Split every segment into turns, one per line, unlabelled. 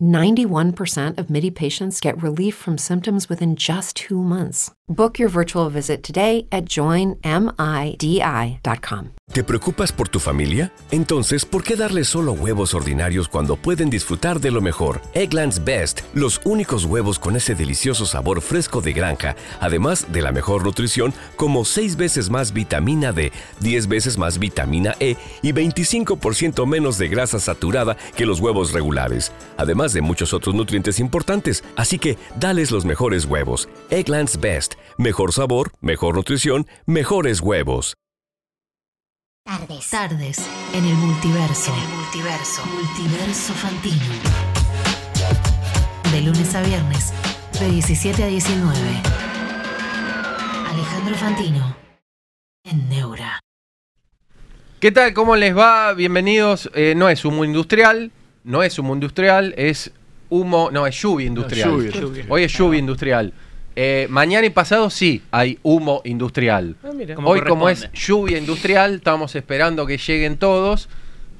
91% of MIDI patients get relief from symptoms within just two months. Book your virtual visit today at joinmidi.com.
¿Te preocupas por tu familia? Entonces, ¿por qué darles solo huevos ordinarios cuando pueden disfrutar de lo mejor? Eggland's Best, los únicos huevos con ese delicioso sabor fresco de granja, además de la mejor nutrición, como 6 veces más vitamina D, 10 veces más vitamina E y 25% menos de grasa saturada que los huevos regulares, además de muchos otros nutrientes importantes. Así que, dales los mejores huevos. Eggland's Best, mejor sabor, mejor nutrición, mejores huevos.
Tardes.
Tardes en el multiverso. En el multiverso. Multiverso Fantino. De lunes a viernes, de 17 a 19. Alejandro Fantino. En Neura.
¿Qué tal? ¿Cómo les va? Bienvenidos. Eh, no es humo industrial, no es humo industrial, es humo, no, es lluvia industrial.
lluvia, lluvia.
Hoy es lluvia industrial. Eh, mañana y pasado sí hay humo industrial.
Ah,
Como
¿eh? Hoy como es
corresponde.
lluvia industrial, estamos esperando que lleguen todos.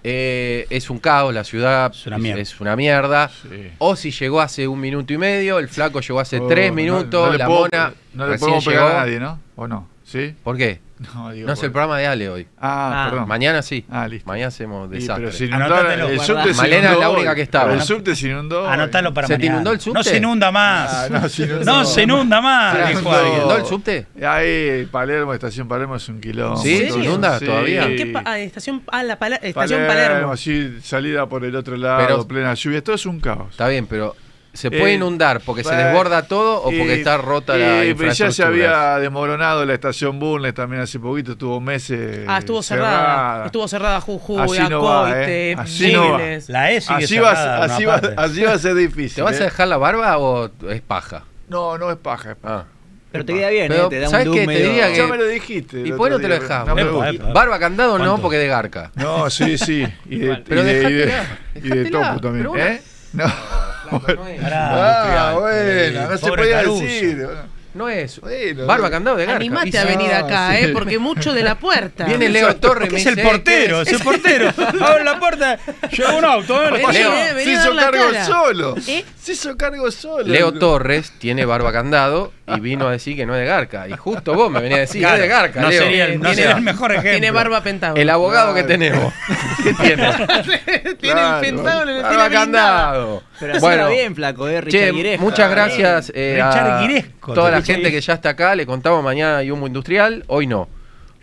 Eh, es un caos la ciudad, es
una mierda.
es una mierda.
Sí.
O si llegó hace un minuto y medio, el flaco llegó hace
Oh,
tres
no-
minutos,
no le
la
puedo-
mona
No le
recién
podemos pegar
llegó.
a nadie, ¿no? ¿O no? ¿Sí?
¿Por qué?
No, digo,
No es el
por-
programa de Ale hoy.
Ah,
Ah.
perdón.
Mañana sí.
Ah, listo.
Mañana hacemos
Sí,
desastre.
pero se inundó,
Anótatelo,
el
guardá.
subte se
Malena es
inundó
la
hoy.
única que estaba.
El subte se inundó. hoy.
Anotalo para
¿Se te
mañana.
inundó el subte?
No se inunda más.
Ah, no, se inundó.
no se inunda
Se
más, dijo
inundó.
alguien.
¿Inundó el subte?
Ahí, Palermo, estación Palermo es un quilombo.
¿Sí?
Todo
¿Se
eso.
inunda todavía?
Sí.
¿En
¿Qué pa- ah, estación, ah, la pala- estación
Palermo,
Palermo.
sí, salida por el otro lado,
Pero-
plena lluvia. Todo es un caos.
Está bien, pero ¿se puede
Eh,
inundar porque se
eh,
desborda todo o porque
Y-
está rota la
y, pero
infraestructura?
ya se había desmoronado la estación Bulnes también hace poquito, estuvo meses.
Ah, estuvo cerrada. Estuvo cerrada Jujuy,
Así
Acoite,
no va, eh. Así no va.
Bulnes.
La E sigue
Así va,
cerrada.
a-
en
así,
una
va,
parte.
así va a ser difícil.
¿Te vas
eh.
a dejar la barba o es paja?
No, no es paja, es paja.
Ah.
Pero te queda bien,
Pero,
¿eh? Te da un
¿sabes
doom
qué? Te
medio-
diría que-
Ya me lo dijiste. el
¿Y por qué no te
otro
lo
día,
dejamos?
pero no me
Epa,
gusta.
epa.
¿Barba candado no?
¿Cuánto?
Porque de garca.
No, sí, sí. Y de,
Pero
y de, y de,
dejátela,
y de
dejátela,
topo también.
pero una-
¿Eh? No.
Pará,
Ah, bueno, no se
pobre
podía
Caruso.
decir.
No es.
Bueno,
barba
bueno.
candado de garca. Y
Animate
si
a venir
Ah,
acá,
sí.
¿eh? Porque mucho de la puerta.
Viene Leo Torres. me
Es el
dice,
portero,
"Eh,
es el portero. Abre la puerta, llega un auto. ¿eh?
Vení,
Leo,
eh, vení
se
a dar
hizo
la
cargo
cara.
solo.
¿Eh?
Se hizo cargo solo.
Leo Torres tiene barba candado y vino a decir que no es de garca. Y justo vos me venía a decir que "Eh, es de garca.
no
Leo.
sería el, no
Tiene-
sería el mejor ejemplo.
Tiene barba pentágono.
El abogado que
Claro.
tenemos. ¿Qué tiene?
tiene el
Claro.
pentágono, le tiene
Barba
blindada.
candado.
Pero así
Bueno,
va bien, flaco, eh,
Che,
Richard Guirejo.
muchas gracias eh,
Richard
a
Guiresco,
toda la
Richard
gente que ya está acá. Le contamos mañana hay humo industrial. Hoy no.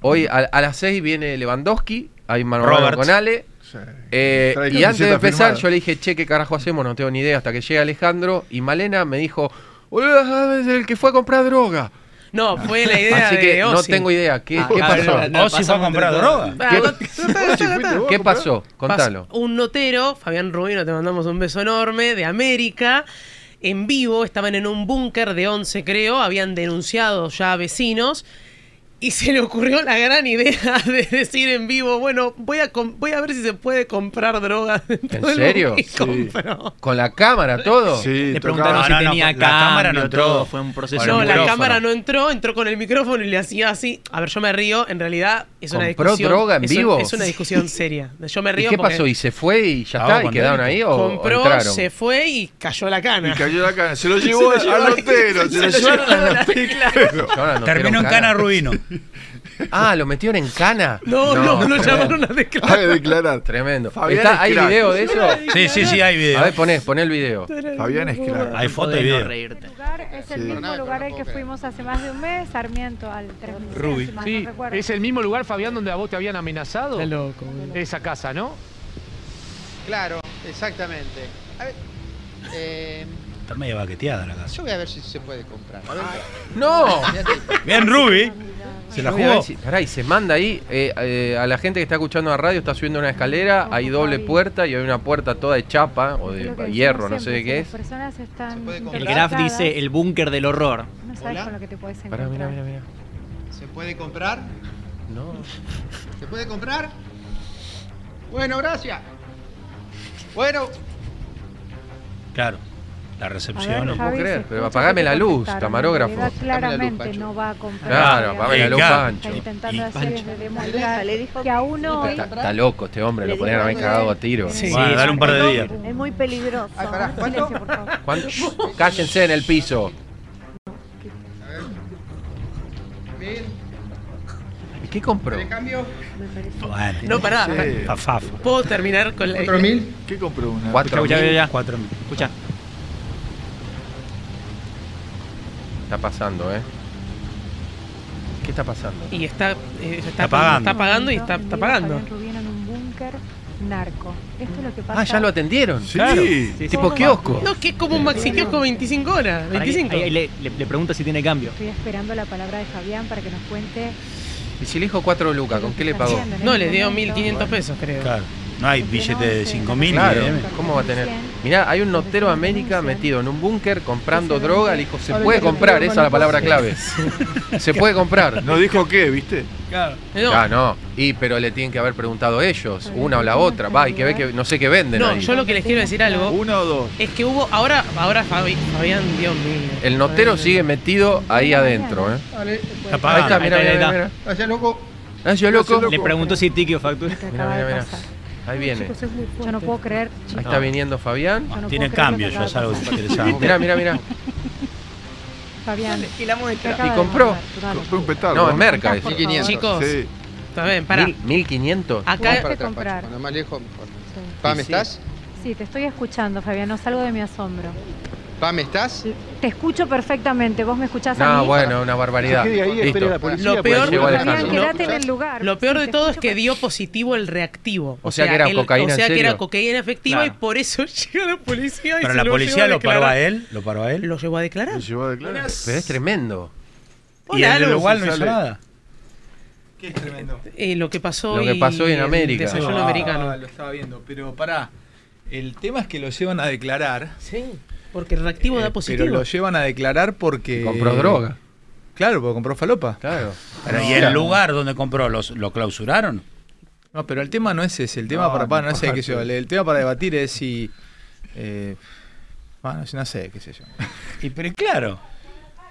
Hoy a, a las 6 viene Lewandowski. Hay mano a mano
Robert.
con Ale.
Sí.
Eh,
Trae
y antes de
camiseta
empezar,
firmada.
yo le dije, che, ¿qué carajo hacemos? No tengo ni idea. Hasta que llega Alejandro. Y Malena me dijo, "Uah, es el que fue a comprar droga.
No, fue la idea
Así que
de
no
Ozzy.
tengo idea. ¿Qué,
Ah,
qué
ah,
pasó?
no, no,
o si fue a
pasamos
comprar
entre
droga.
Ah, no-
Si fuiste vos a
¿Qué
comprar.
pasó? Contalo.
Pasó Un notero, Fabián Rubino, te mandamos un beso enorme, de América, en vivo, estaban en un búnker de 11, creo, habían denunciado ya a vecinos. Y se le ocurrió la gran idea de decir en vivo, bueno, voy a, com- voy a ver si se puede comprar drogas. dentro
¿En
del
serio?
búnker". Y
Sí.
compró.
¿Con la cámara todo?
Sí,
Le
tocaba.
preguntaron
No,
si
no, no,
tenía
la
cambio,
cámara no entró.
todo, Fue un proceso.
Bueno,
No,
el
la
micrófono.
cámara no entró, entró con el micrófono y le hacía así. A ver, yo me río, en realidad es una
¿Compró
discusión.
droga en
es un-
vivo?
es una discusión seria. Yo me
¿Y
río
qué
porque
pasó? ¿Y se fue y ya
Ah,
está? ¿Y
cuando
quedaron
dijo.
ahí o o
compró,
entraron?
se fue y cayó la cana.
Y cayó la cana. Se lo llevó al al notero. Se lo llevaron al notero.
Ahora nos
Terminó en
dieron
cana ruino.
Ah, lo metieron en cana.
No, no, lo
tremendo.
llamaron a declarar.
Hay que declarar.
Tremendo.
Fabián
Está-
es
¿Hay
crack.
video de eso?
Sí, sí, sí, hay video.
A ver, poné, poné el video.
Fabián es claro.
Hay foto y
Podés no
video.
reírte.
lugar es el
Sí.
mismo lugar al que fuimos hace más de un mes, Sarmiento al 3000,
Ruby.
si mal
Sí,
no recuerdo.
es el mismo lugar, Fabián, donde a vos te habían amenazado.
Está loco, boludo.
Esa casa, ¿no?
Claro, exactamente. A ver, eh,
Está medio baqueteada la casa.
yo voy a ver si se puede comprar. A ver,
¡No!
Bien, Ruby. Se la
Yo voy a ver
jugó.
si- Pará, y se manda ahí eh, eh, a la gente que está escuchando la radio, está subiendo una escalera, hay doble puerta y hay una puerta toda de chapa o
Es
de
lo que
hierro,
decimos
no sé de
siempre,
qué
si
es.
Las personas están
Se puede comprar.
El graf
intoxicadas,
dice el búnker del horror.
No sabes
Hola.
con lo que te puedes encontrar.
Pará, mirá, mirá, mirá.
¿se puede comprar?
No.
¿Se puede comprar? Bueno, gracias. Bueno,
Claro. La
A
recepción.
ver, No puedo Javi, creer, se pero escucha apagame que la te luz, contestaron, camarógrafo. en realidad
claramente no va a comprar.
Claro, apagame la luz, Pancho.
Está intentando
Y
hacer
Pancho.
es de demostrar que a uno hoy
Está, está loco este hombre, lo podrían haber cagado a tiro.
Sí. Bueno, dale un par de días.
Es muy peligroso.
¿cuánto?
¿Cuán- Cállense en el piso.
mil,
¿Y qué compró?
¿le cambio?
Bueno.
No, pará.
Sí.
Fafafa.
¿Puedo terminar con la.
¿Cuatro mil? ¿Qué compró una?
Cuatro
Escucha,
mil.
escucha, Cuatro mil. Escucha.
Está pasando, ¿eh? ¿Qué está pasando?
Y está, eh, está,
Está pagando.
Está pagando y está, está pagando.
Fabián Rubino en un búnker narco. Esto es lo que pasa.
Ah, ya lo atendieron.
Sí.
Claro.
Sí,
sí,
Tipo
sí.
kiosco.
No, que es como un maxi kiosco 25 horas.
Ahí-
25.
ahí le, le- le pregunta si tiene cambio.
Estoy esperando la palabra de Fabián para que nos cuente.
Y si le dijo cuatro lucas, ¿con qué le pagó?
No, le dio 1500 pesos, creo.
Claro. No hay billete de 5 mil. eh.
Claro, ¿cómo va a tener? Mirá, hay un notero de América metido en un búnker comprando droga. Le dijo, se
Ahora
puede
que lo
comprar,
tengo
esa es la
monopolio.
palabra
este.
clave. Se puede comprar.
No dijo qué, ¿viste?
Claro.
No,
Ah, no. Y pero le tienen que haber preguntado ellos, una o la otra. Va,
este
y que ve que no sé qué venden
no,
ahí.
yo lo que les quiero decir algo.
¿Una o dos?
Es que hubo. Ahora, ahora Fabi- Fabián, Dios mío.
El notero sigue metido ahí adentro, ¿eh?
Dale, se puede.
Ahí está, mira,
Ahí
mira,
está,
mira.
Gracias, loco.
Gracias, loco.
Le preguntó si ticket o factura.
Mira, mira, mira. Ahí viene.
Chicos, es muy fuerte. Yo no puedo creer.
Ahí
chicos.
está viniendo Fabián.
Yo no
Tiene
puedo creer
cambio,
lo que
ya es
acaba
algo
de pasar.
interesante.
Mira, mira, mira.
Fabián.
Y la muestra.
acaba
Y
de
compró.
pasar? Dale.
Compró un petardo.
No, es merca eso.
1500.
Chicos,
Sí.
está bien, pará.
Mil- 1500.
Acá-
Vamos para
Vamos a
atrás,
comprar.
Pacho, Cuando más lejos, mejor.
Sí.
Pam,
Sí, sí.
¿estás?
Sí, te estoy escuchando, Fabián. No salgo de mi asombro.
Pam, ¿estás?
Te escucho perfectamente. ¿Vos me escuchás a
No,
mí.
bueno, una barbaridad.
Quede ahí, espere
Listo.
la policía
Lo
para
peor-
llevar
Fabián,
Alejandro.
¿no?
Quédate en el lugar.
Lo peor
Sí,
de
te
todo es
escucho
que dio positivo el reactivo.
O sea, que era cocaína
O sea
en
que
serio.
era cocaína efectiva
Claro.
y por eso llega la policía y
Pero
se
la
lo
policía
lleva
lo paró a
declarar.
él. Lo paró a él.
Lo llevó a declarar.
Lo llevó a declarar.
Pero es tremendo.
Y
Hola,
el
Luz.
igual no hizo
sale.
nada.
Que es tremendo.
Eh, lo que pasó
Lo que
y-
pasó hoy en
el
América.
Desayuno
Ah,
americano.
Lo estaba viendo, pero pará. El tema es que lo llevan a declarar.
Sí, porque el reactivo
eh,
da positivo.
Pero lo llevan a declarar porque.
Compró droga.
Claro, porque compró falopa.
Claro.
Pero, ¿Y el lugar donde compró? ¿Los, ¿Lo clausuraron?
No, pero el tema no es ese. El tema
No,
para. pa,
no
no sé
importa.
qué sé yo. El, el tema para debatir es si. Eh, bueno, no sé qué sé yo.
Y, pero claro.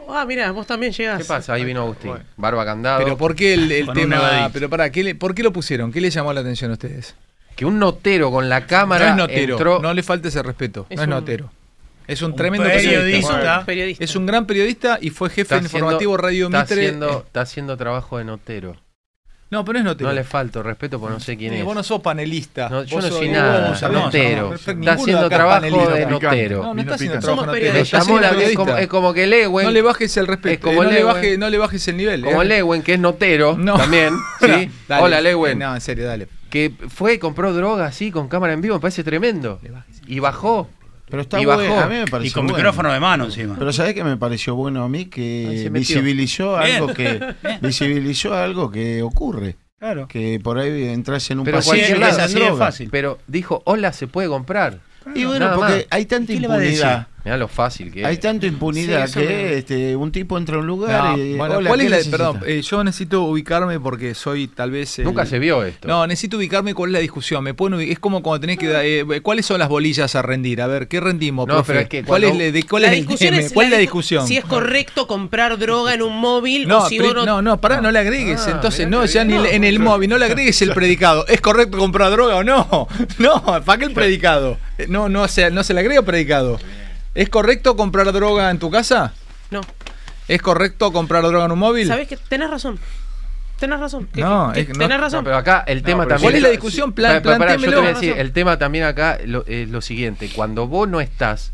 Ah, mira, vos también llegás.
¿Qué pasa? Ahí vino Agustín.
Bueno.
Barba candado.
Pero ¿por qué el, el
Con un
tema.
nevadito.
Pero pará, ¿qué le- ¿por qué lo pusieron? ¿Qué le llamó la atención a ustedes?
Que un notero con la
No
cámara
es notero.
entró.
No le falta ese respeto.
Es
no es
un-
notero. Es un,
Un
tremendo
periodista.
Bueno,
Bueno.
periodista.
Es un gran periodista y fue jefe
está haciendo-
informativo Radio
está
Mitre. Eh,
haciendo- está haciendo trabajo de notero.
No, pero no es notero.
No le falto respeto porque no sé quién
Sí,
es.
eh, Vos no sos panelista.
No, yo
Vos
no
sos-
soy
vos
nada,
no sabés.
notero.
Perfecto,
Está
ninguno de
haciendo
acá es
trabajo
panelista.
de notero.
No, no está haciendo
Somos
trabajo de notero.
Lo
periodistas.
Está
llamó
haciendo
la- es,
periodista.
como, es como que Lewen.
No le bajes el respeto.
es como
eh, no, le
Lewen.
baje, no le bajes el nivel.
Como
eh.
Lewen, que es notero
No.
también. ¿sí?
Dale.
Hola, Lewen.
No, en serio, dale.
Que fue y compró droga así con cámara en vivo. Me parece tremendo. Y bajó.
Pero está
Y bajó.
bueno, a mí me pareció
Y con
bueno.
micrófono de mano encima.
Pero ¿sabés qué me pareció bueno a mí?
Ahí se
Que
metió.
visibilizó
Bien.
algo que visibilizó algo que ocurre.
Claro.
Que por ahí entras en un
Pero
pasillo
cualquier
y
lado,
te dan
así de
droga.
fácil.
Pero dijo, hola, se puede comprar.
Y bueno,
Nada
porque
más.
hay tanta
¿Y qué le va a
impunidad.
Mirá lo fácil que
Hay
es.
tanta impunidad
eso
que
me-
este, un tipo entra a un
No,
lugar y.
bueno,
hola,
¿cuál
¿qué
es la-
necesita?
perdón, eh, yo necesito ubicarme porque soy tal vez. el-
Nunca se vio esto.
No, necesito ubicarme cuál es la discusión. Me pueden ubi- es como cuando tenés que da- eh, ¿Cuáles son las bolillas a rendir? A ver, ¿qué rendimos,
No,
profe?
pero es que
¿Cuál, es,
cuando-
la- de- cuál
La
es el
discusión
meme? ¿Cuál es la
discu-
discusión?
Si es correcto comprar droga en un móvil
No,
o si
pre-
uno.
no, no, pará, no le agregues.
Ah,
Entonces,
mirá
no,
que
ya ni
bien.
le- en el móvil, no le agregues el predicado. ¿Es correcto comprar droga o no? No, ¿para qué el predicado? Eh, No, no, se, no se le agrega predicado. ¿Es correcto comprar droga en tu casa?
No.
¿Es correcto comprar droga en un móvil?
Sabés que tenés razón. Tenés razón. Que-
No,
que-
es que no-
tenés razón.
No, pero acá el tema
pero
también.
¿cuál es la discusión? Plan-
Pará, pará, pará, yo te voy a
plantéamelo.
decir, el tema también acá lo- es lo siguiente: cuando vos no estás,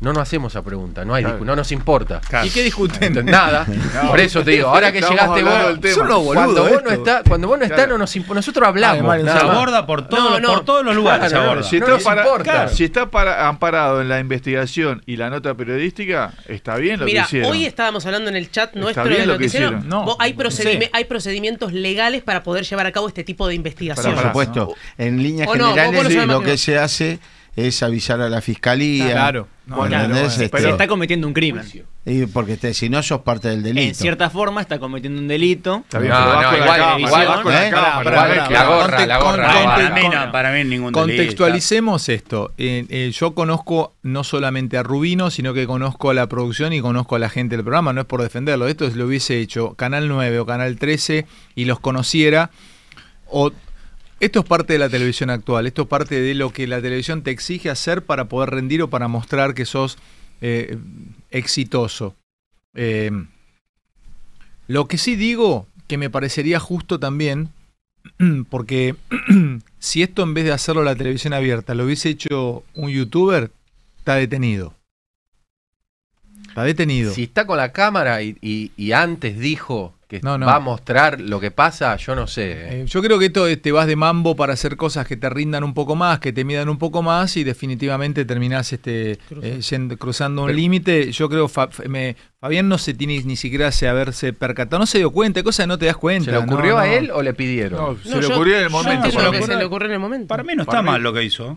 no nos hacemos esa pregunta, no, hay
Claro.
discu- no nos importa.
¿Y qué discuten?
Ent- Nada, por eso te digo, ahora que
Estamos
llegaste
hablando
vos,
del tema.
son los boludos cuando vos no
estos.
estás, cuando vos no estás,
Claro.
no nos imp- nosotros hablamos.
Además,
nada
se
más.
aborda por, todo,
No, no.
por todos los lugares.
Claro,
se aborda.
sí.
Si
No
está,
nos
para-
importa.
claro, si está para- amparado en la investigación y la nota periodística, está bien lo
Mira,
que hicieron.
hoy estábamos hablando en el chat nuestro
bien
de
lo que
noticiero.
hicieron.
No.
Vos- hay, procedime-
Sí.
hay procedimientos legales para poder llevar a cabo este tipo de investigación.
Por
Pará,
supuesto. En líneas
O no, vos
generales, este,
lo sabés
lo
más que
que
yo.
se hace es avisar a la fiscalía.
Claro.
¿me
No, claro,
entendés?
bueno. Pero
Este,
está cometiendo un crimen.
y porque te- si no sos parte del
En
delito.
cierta forma está cometiendo un delito.
Está bien, No, pero no, bajo la igual- cámara, igual- bajo la ¿eh? cámara,
Pará,
igual
pará,
es
pará.
que la gorra, la gorra, la gorra.
Para mí no, para mí ningún delito.
Contextualicemos esto. Eh, eh, yo conozco no solamente a Rubino, sino que conozco a la producción y conozco a la gente del programa. No es por defenderlo. Esto es- lo hubiese hecho Canal 9 o Canal 13 y los conociera. O, esto es parte de la televisión actual. Esto es parte de lo que la televisión te exige hacer para poder rendir o para mostrar que sos eh, exitoso. Eh, lo que sí digo, que me parecería justo también, porque si esto en vez de hacerlo la televisión abierta lo hubiese hecho un youtuber, está detenido. Está detenido.
Si está con la cámara y, y- y antes dijo que
No, no.
va a mostrar lo que pasa, yo no sé. ¿eh?
Eh, yo creo que esto eh, te vas de mambo para hacer cosas que te rindan un poco más, que te midan un poco más y definitivamente terminás este, eh, yendo- cruzando un
Pero-
límite. Yo creo Fa- Fa- me- Fabián no se tiene ni siquiera se haberse percatado, no se dio cuenta, cosa que no te das cuenta.
¿Se le
no,
ocurrió a
no.
él o le pidieron?
No, se le ocurrió en el momento.
Yo
Se le
entiendo que se
ocurrió-
le ocurrió en el momento.
Para mí no está
Para mí-
mal lo que hizo.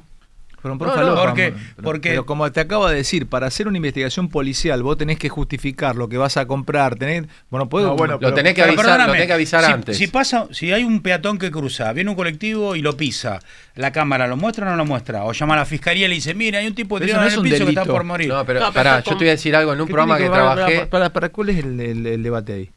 Pero,
No,
porfa,
no,
Lofa,
porque-
pero-
porque-
pero como te acabo de decir, para hacer una investigación policial vos tenés que justificar lo que vas a comprar, tenés, bueno, puedo
No, bueno, pero- pero perdóname, si- Si pasa, si hay un peatón que cruza, viene un colectivo y lo pisa, la cámara lo muestra o no lo muestra, o llama a la fiscalía y le dice, mira, hay un tipo
Pero eso no
tirado en
es
el
un
piso que está
delito.
por morir.
No, pero pará, yo te voy a decir algo. En un
¿Qué
programa que
tiene ver-
trabajé.
Para, para, para- ¿Cuál es el, el- el debate ahí?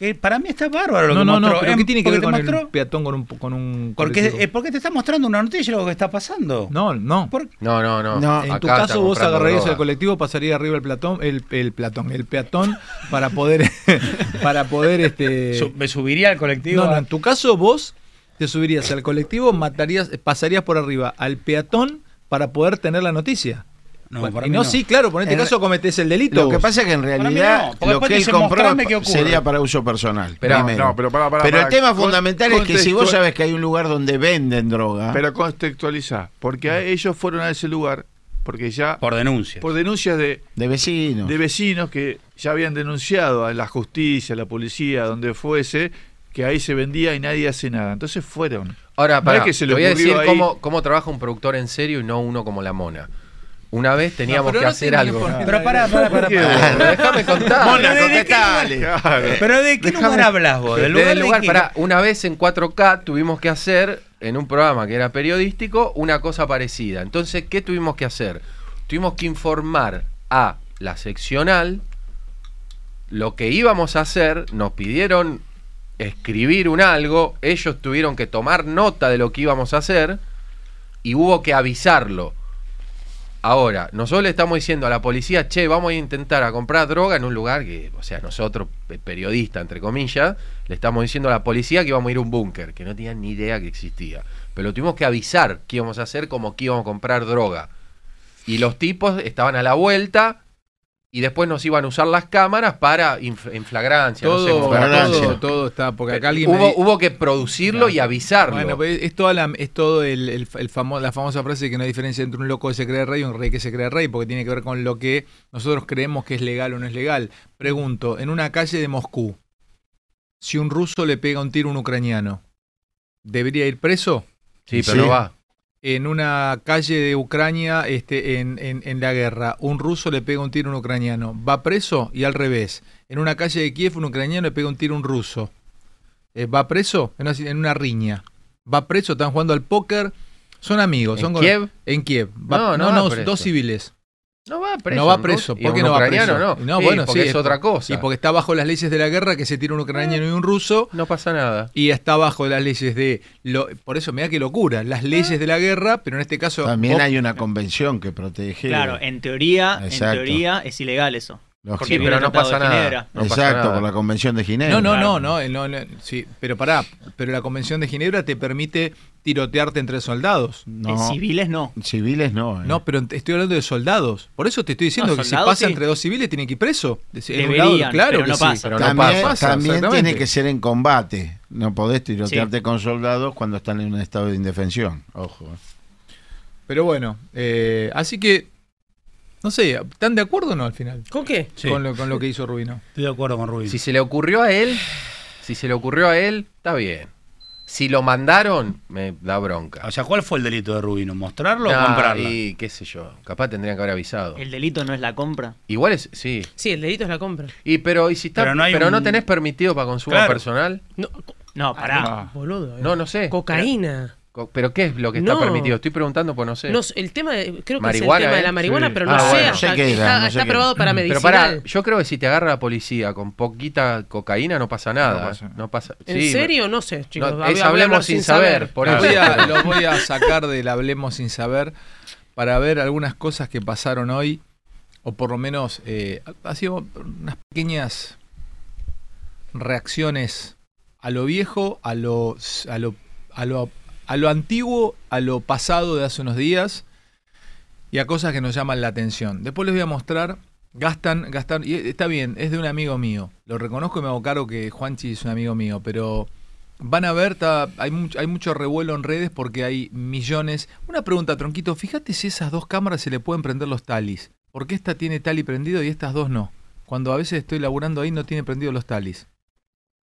Que para mí está bárbaro lo
no,
que
no,
mostró.
no, pero
Eh,
¿qué tiene que em,
porque
ver
te
con el
mostró-
peatón con un... Con un
Porque,
colectivo?
eh, porque te está mostrando una noticia de lo que está pasando.
No, no.
No, no, no.
en tu
Acá
caso
está
vos
comprando
agarrarías
droga.
el colectivo, pasaría arriba el platón, el, el platón, el peatón para poder para poder este
Su- me subiría al colectivo.
No, no,
a-
en tu caso vos te subirías al colectivo, matarías, pasarías por arriba al peatón para poder tener la noticia.
No,
Bueno,
para
y
mí
no, sí, claro, por este
En-
caso cometés el delito.
Lo
vos.
que pasa es que en
mí
realidad
no, porque
lo
después
que él
dicen,
compró
"Mostrame qué ocurre".
sería para uso personal.
Pero-
primero.
no, pero pará, pará,
Pero el
pará.
tema
Con-
fundamental es que si
contexto-
vos sabes que hay un lugar donde venden droga.
Pero contextualizá, porque a ellos fueron a ese lugar, porque ya.
Por denuncias.
Por denuncias de,
de vecinos.
de vecinos que ya habían denunciado a la justicia, a la policía, donde fuese, que ahí se vendía y nadie hace nada. Entonces fueron.
Ahora,
No
pará,
es que se
te
le
voy a
ocurrió
decir
ahí-
cómo, cómo trabaja un productor en serio y no uno como la mona. Una vez teníamos
pero
que
no
hacer
tiene
algo.
que poner- Pero pará, pará, pará, pará.
Pero Déjame contar.
Mona, ¿Pero de qué contestale. lugar- pero de qué lugar hablas vos?
Del
¿Del
lugar,
lugar de qué?
pará, una vez en 4K tuvimos que hacer, en un programa que era periodístico, una cosa parecida. Entonces, ¿qué tuvimos que hacer? Tuvimos que informar a la seccional lo que íbamos a hacer, nos pidieron escribir un algo, ellos tuvieron que tomar nota de lo que íbamos a hacer y hubo que avisarlo. Ahora, nosotros le estamos diciendo a la policía, che, vamos a intentar a comprar droga en un lugar que, o sea, nosotros, pe- periodista, entre comillas, le estamos diciendo a la policía que íbamos a ir a un búnker, que no tenían ni idea que existía. Pero tuvimos que avisar que íbamos a hacer como que íbamos a comprar droga. Y los tipos estaban a la vuelta y después nos iban a usar las cámaras para inf- en flagrancia. no sé,
todo,
como para-
todo, todo está, porque
Eh,
acá alguien me
hubo,
di-
hubo que producirlo y avisarlo.
Bueno, pero es, es toda la, es todo el, el- el famo- la famosa frase que no hay diferencia entre un loco que se cree rey y un rey que se cree rey, porque tiene que ver con lo que nosotros creemos que es legal o no es legal. Pregunto, en una calle de Moscú, si un ruso le pega un tiro a un ucraniano, ¿debería ir preso?
sí, pero no va.
En una calle de Ucrania, este, en, en- en la guerra, un ruso le pega un tiro a un ucraniano, va preso y al revés. En una calle de Kiev, un ucraniano le pega un tiro a un ruso. Eh, va preso en una, en una riña. Va preso, están jugando al póker. Son amigos.
¿En
son
Kiev?
En Kiev. Va-
No,
no,
no va
no,
preso.
dos civiles.
No va preso.
no va
un
preso.
ruso y
¿Por qué
un
no va
ucraniano,
preso?
No, Sí,
bueno,
porque
sí,
es otra cosa.
Y porque está bajo las leyes de la guerra que se tira un ucraniano y un ruso.
No pasa nada.
Y está bajo las leyes de. Lo, por eso me da que locura. Las
Ah.
leyes de la guerra, pero en este caso.
También
vos-
hay una convención que protege.
Claro,
eh,
en teoría, en
Exacto.
teoría es ilegal eso.
Lógico.
Porque viene el Tratado de Ginebra.
Exacto, por la convención de Ginebra.
No, no, no, no, eh, no, no, sí, pero pará, pero la Convención de Ginebra te permite tirotearte entre soldados.
No. En civiles
no.
Civiles no. eh.
No, pero te estoy hablando de soldados. Por eso te estoy diciendo
No,
que si
soldados
pasa
sí.
entre dos civiles tiene que ir preso. Es- en un
Deberían,
lado, claro
pero
que
no
sí,
pasa.
pero no
también
pasa,
también tiene
exactamente.
que ser en combate. No podés tirotearte
Sí.
con soldados cuando están en un estado de indefensión. Ojo. eh.
Pero bueno, eh, así que no sé, ¿están de acuerdo o no al final?
¿Con qué?
Sí.
Con, lo, con lo que hizo Rubino.
Estoy de acuerdo con Rubino.
Si se le ocurrió a él, si se le ocurrió a él, está bien. Si lo mandaron, me da bronca.
O sea, ¿cuál fue el delito de Rubino? ¿Mostrarlo
Nah,
o comprarla?
Y qué sé yo. Capaz tendrían que haber avisado.
El delito no es la compra.
Igual es, sí.
Sí, el delito es la compra.
Y pero, y si está,
Pero
pero
no
no,
hay un-
tenés permitido para consumo
Claro.
personal.
No,
no
pará.
Boludo. eh.
Ah, No, no sé.
Cocaína.
Co- ¿Pero qué es lo que está
No.
permitido? Estoy preguntando, pues no sé.
No sé, el tema, de- creo que es
Marihuana,
el tema de
¿eh?
la marihuana,
Sí.
pero no
Ah,
sé,
bueno.
hasta- está, está aprobado para medicinal.
Pero pará, yo creo que si te agarra la policía con poquita cocaína no pasa nada. No pasa.
¿En
sí,
serio? No sé, chicos.
No,
Hab-
es
hablar
hablemos sin saber, por
Los
eso.
voy a- los voy a sacar del Hablemos sin saber para ver algunas cosas que pasaron hoy, o por lo menos eh, ha sido unas pequeñas reacciones a lo viejo, a lo, a lo, a lo, a lo antiguo, a lo pasado de hace unos días y a cosas que nos llaman la atención. Después les voy a mostrar, gastan, gastan, y está bien, es de un amigo mío, lo reconozco y me hago caro que Juanchi es un amigo mío, pero van a ver, está- hay, mucho, hay mucho revuelo en redes porque hay millones. Una pregunta, Tronquito, fíjate si esas dos cámaras se le pueden prender los talis, porque esta tiene tali prendido y estas dos no. Cuando a veces estoy laburando ahí no tiene prendido los talis.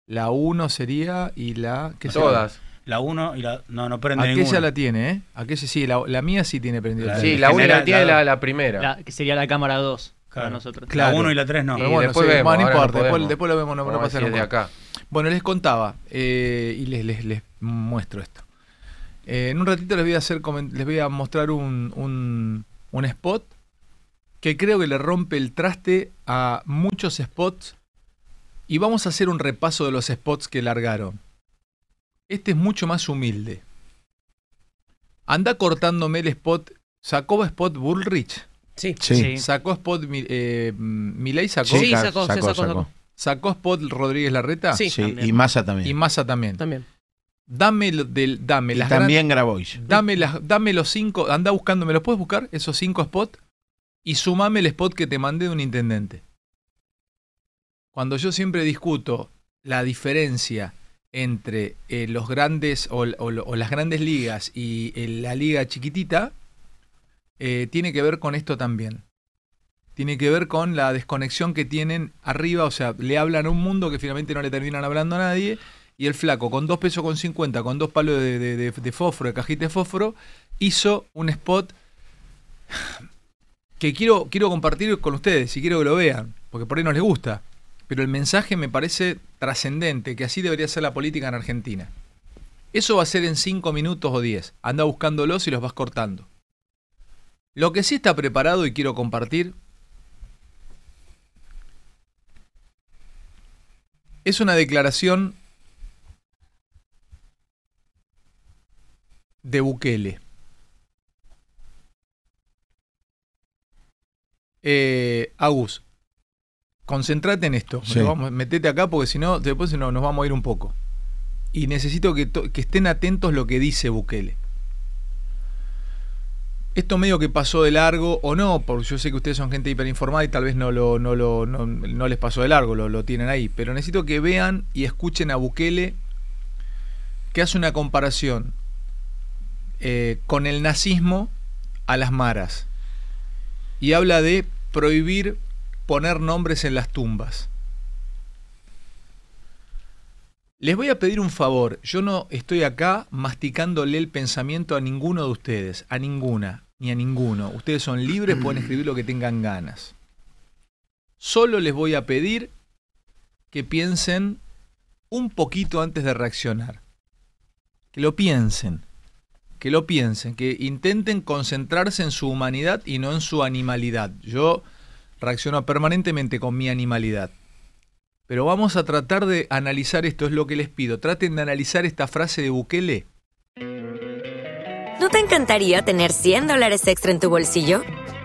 La 1 sería y la... ¿qué será?
La 1 y la. No, no prende
Aquella
ninguna.
la tiene, ¿eh? Aquella sí, la, la mía sí tiene prendido.
La-
el
sí,
teléfono.
la única que tiene la, la primera.
La- que sería la cámara 2 para nosotros.
Claro.
uno y la tres no.
Y
Pero bueno,
después
sí,
vemos,
bueno,
no
ahora no
importa, después,
podemos.
después lo vemos, no, no
Vamos a ver
pasa
si es de
nada.
acá.
Bueno, les contaba eh, y les, les, les muestro esto. Eh, en un ratito les voy a hacer comen- les voy a mostrar un, un, un spot que creo que le rompe el traste a muchos spots. Y vamos a hacer un repaso de los spots que largaron. Este es mucho más humilde. Anda cortándome el spot. ¿Sacó spot Bullrich?
Sí.
Sí. Sí.
¿Sacó spot Mi- eh, Milei? ¿Sacó?
Sí, Sí, sacó, sacó, sí, sacó, sacó. sacó.
¿Sacó spot Rodríguez Larreta?
Sí, y Massa también.
Y Massa también.
También.
Dame, lo del, dame
Y
Eh, las
también
gran-
Grabois.
Dame, las, dame los cinco. Anda buscando, ¿me los puedes buscar? Esos cinco spots. Y sumame el spot que te mandé de un intendente. Cuando yo siempre discuto la diferencia entre eh, los grandes o, o lo- o las grandes ligas y eh, la liga chiquitita, eh, tiene que ver con esto también. Tiene que ver con la desconexión que tienen arriba, o sea, le hablan a un mundo que finalmente no le terminan hablando a nadie, y el flaco con dos pesos con 50, con dos palos de, de- de- de fósforo, de cajita de fósforo, hizo un spot que quiero, quiero compartir con ustedes, y quiero que lo vean, porque por ahí no les gusta, pero el mensaje me parece trascendente, que así debería ser la política en Argentina. Eso va a ser en 5 minutos o 10. Anda buscándolos y los vas cortando. Lo que sí está preparado y quiero compartir es una declaración de Bukele. Eh, Agus, concentrate en esto.
Sí.
Vamos, metete acá porque si no, después si no, nos vamos a ir un poco. Y necesito que, to- que estén atentos lo que dice Bukele. Esto medio que pasó de largo o no, porque yo sé que ustedes son gente hiperinformada y tal vez no, lo, no, lo, no, no les pasó de largo, lo, lo tienen ahí. Pero necesito que vean y escuchen a Bukele que hace una comparación eh, con el nazismo a las maras. Y habla de prohibir poner nombres en las tumbas. Les voy a pedir un favor. Yo no estoy acá masticándole el pensamiento a ninguno de ustedes, a ninguna, ni a ninguno. Ustedes son libres, pueden escribir lo que tengan ganas. Solo les voy a pedir que piensen un poquito antes de reaccionar. Que lo piensen. Que lo piensen. Que intenten concentrarse en su humanidad y no en su animalidad. Yo reacciono permanentemente con mi animalidad. Pero vamos a tratar de analizar esto, es lo que les pido. Traten de analizar esta frase de Bukele.
¿No te encantaría tener 100 dólares extra en tu bolsillo?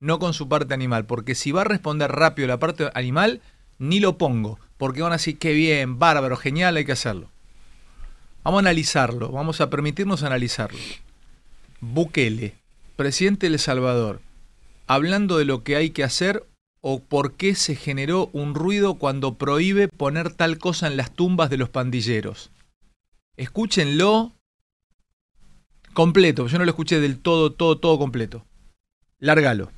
no con su parte animal. Porque si va a responder rápido la parte animal, ni lo pongo. Porque van a decir, qué bien, bárbaro, genial, hay que hacerlo. Vamos a analizarlo, vamos a permitirnos analizarlo. Bukele, presidente de El Salvador, hablando de lo que hay que hacer o por qué se generó un ruido cuando prohíbe poner tal cosa en las tumbas de los pandilleros. Escúchenlo completo, yo no lo escuché del todo, todo, todo completo. Lárgalo.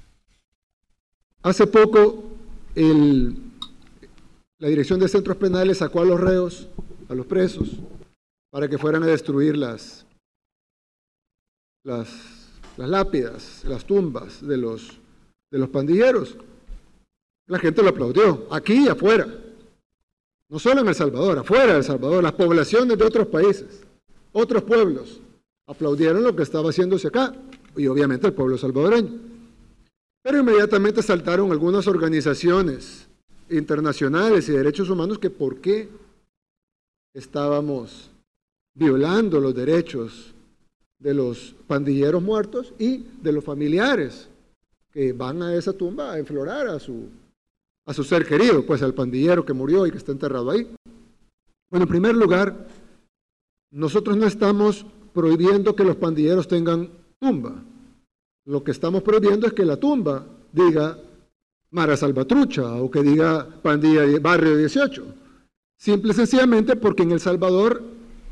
Hace poco el, la dirección de centros penales sacó a los reos, a los presos, para que fueran a destruir las, las, las lápidas, las tumbas de los, de los pandilleros. La gente lo aplaudió, aquí y afuera. No solo en El Salvador, afuera de El Salvador, las poblaciones de otros países, otros pueblos, aplaudieron lo que estaba haciéndose acá, y obviamente el pueblo salvadoreño. Pero inmediatamente saltaron algunas organizaciones internacionales y derechos humanos que por qué estábamos violando los derechos de los pandilleros muertos y de los familiares que van a esa tumba a enflorar a su, a su ser querido, pues al pandillero que murió y que está enterrado ahí. Bueno, en primer lugar, nosotros no estamos prohibiendo que los pandilleros tengan tumba. Lo que estamos prohibiendo es que la tumba diga Mara Salvatrucha o que diga Pandilla Barrio 18. Simple y sencillamente porque en El Salvador,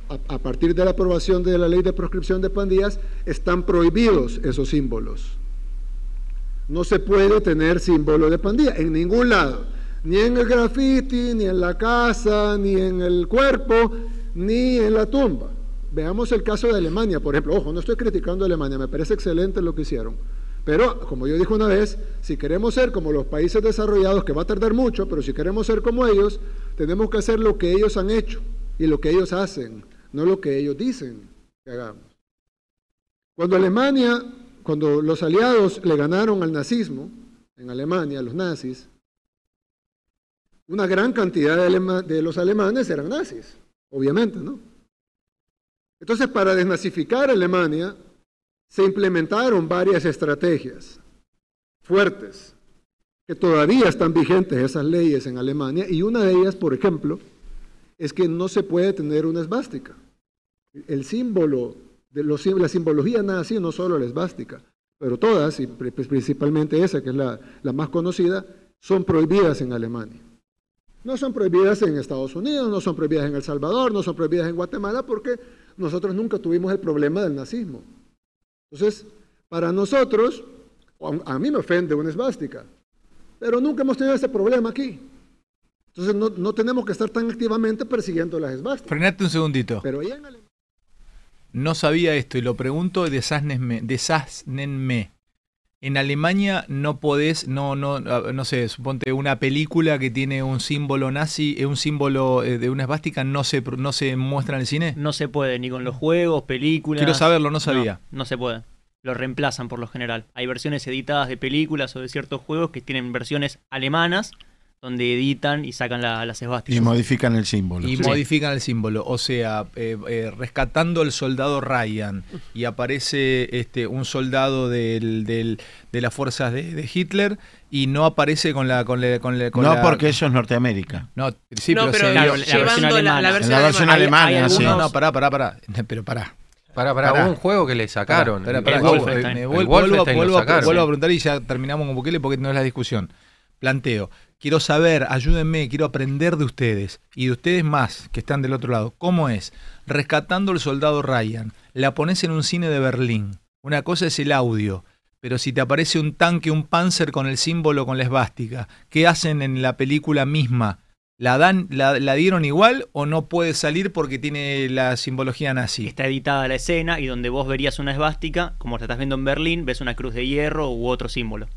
a, a, partir de la aprobación de la ley de proscripción de pandillas, están prohibidos esos símbolos. No se puede tener símbolo de pandilla en ningún lado, ni en el graffiti, ni en la casa, ni en el cuerpo, ni en la tumba. Veamos el caso de Alemania, por ejemplo. Ojo, no estoy criticando a Alemania, me parece excelente lo que hicieron. Pero, como yo dije una vez, si queremos ser como los países desarrollados, que va a tardar mucho, pero si queremos ser como ellos, tenemos que hacer lo que ellos han hecho y lo que ellos hacen, no lo que ellos dicen que hagamos. Cuando Alemania, cuando los aliados le ganaron al nazismo, en Alemania, los nazis, una gran cantidad de, alema de los alemanes eran nazis, obviamente, ¿no? Entonces, para desnazificar a Alemania, se implementaron varias estrategias fuertes, que todavía están vigentes esas leyes en Alemania, y una de ellas, por ejemplo, es que no se puede tener una esvástica. El símbolo, de los, la simbología nazi, no solo la esvástica, pero todas, y pues, principalmente esa, que es la, la más conocida, son prohibidas en Alemania. No son prohibidas en Estados Unidos, no son prohibidas en El Salvador, no son prohibidas en Guatemala, porque nosotros nunca tuvimos el problema del nazismo. Entonces, para nosotros, a mí me ofende una esvástica, pero nunca hemos tenido ese problema aquí. Entonces, no, no tenemos que estar tan activamente persiguiendo las esvásticas.
Frenate un segundito.
Pero en Alemania...
No sabía esto y lo pregunto y desásnenme. En Alemania no podés, no, no, no sé, suponte una película que tiene un símbolo nazi, eh, un símbolo de una esvástica, no se, no se muestra en el cine.
No se puede, ni con los juegos, películas.
Quiero saberlo, no sabía.
No, no se puede. Lo reemplazan por lo general. Hay versiones editadas de películas o de ciertos juegos que tienen versiones alemanas donde editan y sacan la, las esvásticas.
Y modifican el símbolo.
Y sí. modifican el símbolo. O sea, eh, eh, rescatando al soldado Ryan y aparece este, un soldado del, del, de las fuerzas de, de, Hitler y no aparece con la... Con, la, con, la, con
no,
la,
porque eso es Norteamérica.
No, sí,
no,
pero,
pero sí, la, versión alemana.
La, versión alemana, hay, hay sí.
No, no, pará, pará, pará. Pero pará.
Para, para, pará. un juego que le sacaron.
Pará, pará, el Wolfenstein. Me vuelvo, el Wolfenstein vuelvo, lo sacaron. vuelvo a preguntar y ya terminamos con Bukele porque no es la discusión. Planteo quiero saber, ayúdenme, quiero aprender de ustedes y de ustedes más que están del otro lado. ¿Cómo es? Rescatando al soldado Ryan, la pones en un cine de Berlín. Una cosa es el audio, pero si te aparece un tanque, un panzer con el símbolo, con la esvástica, ¿qué hacen en la película misma? ¿La, dan, la, la, dieron igual o no puede salir porque tiene la simbología nazi?
Está editada la escena y donde vos verías una esvástica, como la estás viendo en Berlín, ves una cruz de hierro u otro símbolo.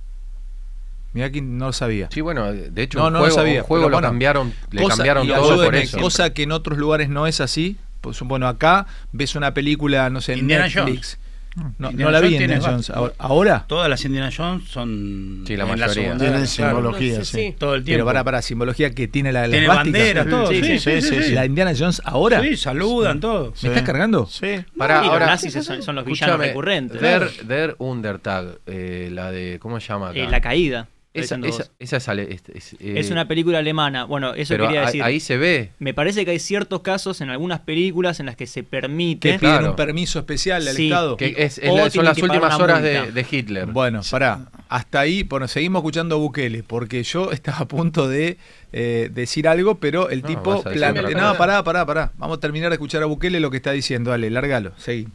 Mira que no lo sabía.
Sí, bueno, de hecho, no, un no juego, lo, sabía, un juego lo bueno, cambiaron, le
cosa,
cambiaron todo por eso.
Cosa que en otros lugares no es así. Pues, bueno, acá ves una película, no sé, en
Indiana
Netflix.
Jones.
No, Indiana no, la vi en Indiana Jones. Ahora, ¿Ahora?
Todas las Indiana Jones son.
Sí, la mayoría.
La tienen simbología, claro. sí, sí.
Todo el tiempo.
Pero para, para, simbología que tiene la.
Tiene banderas, todo. Sí sí sí, sí
La Indiana Jones ahora.
Sí, saludan, todo.
¿Me estás cargando?
Sí. Para, ahora, los nazis son, son los villanos recurrentes.
Der, Der Undertag, la eh, de. ¿Cómo se llama?
Eh, la caída.
Esa,
diciendo
esa,
vos.
esa es, ale- es- es, eh,
Es una película alemana. Bueno, eso
Pero
quería
a-
decir.
ahí se ve.
Me parece que hay ciertos casos en algunas películas en las que se permite.
Que piden Claro. un permiso especial del Estado.
que es- es
O
la- son
tienen
las
que pagar
últimas
una
horas
multa.
de, de Hitler.
Bueno, pará. Hasta ahí, bueno, seguimos escuchando a Bukele, porque yo estaba a punto de eh, decir algo, pero el
No,
tipo
vas a decir otra
plante-
cosa.
No, pará, pará, pará. Vamos a terminar de escuchar a Bukele lo que está diciendo. Dale, lárgalo, seguí.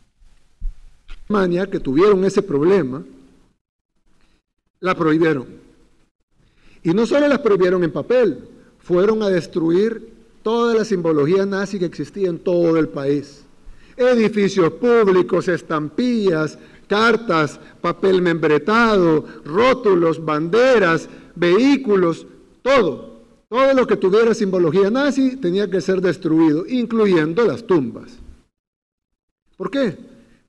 Alemania, que tuvieron ese problema, la prohibieron. Y no solo las prohibieron en papel, fueron a destruir toda la simbología nazi que existía en todo el país. Edificios públicos, estampillas, cartas, papel membretado, rótulos, banderas, vehículos, todo. Todo lo que tuviera simbología nazi tenía que ser destruido, incluyendo las tumbas. ¿Por qué?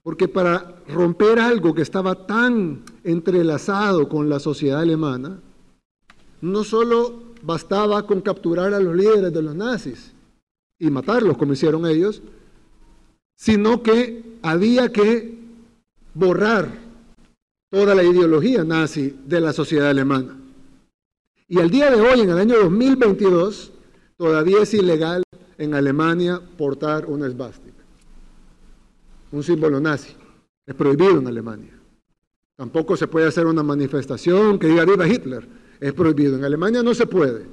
Porque para romper algo que estaba tan entrelazado con la sociedad alemana, no solo bastaba con capturar a los líderes de los nazis y matarlos como hicieron ellos, sino que había que borrar toda la ideología nazi de la sociedad alemana. Y al día de hoy, en el año 2022, todavía es ilegal en Alemania portar una esvástica un símbolo nazi. Es prohibido en Alemania. Tampoco se puede hacer una manifestación que diga viva Hitler. Es prohibido. En Alemania no se puede.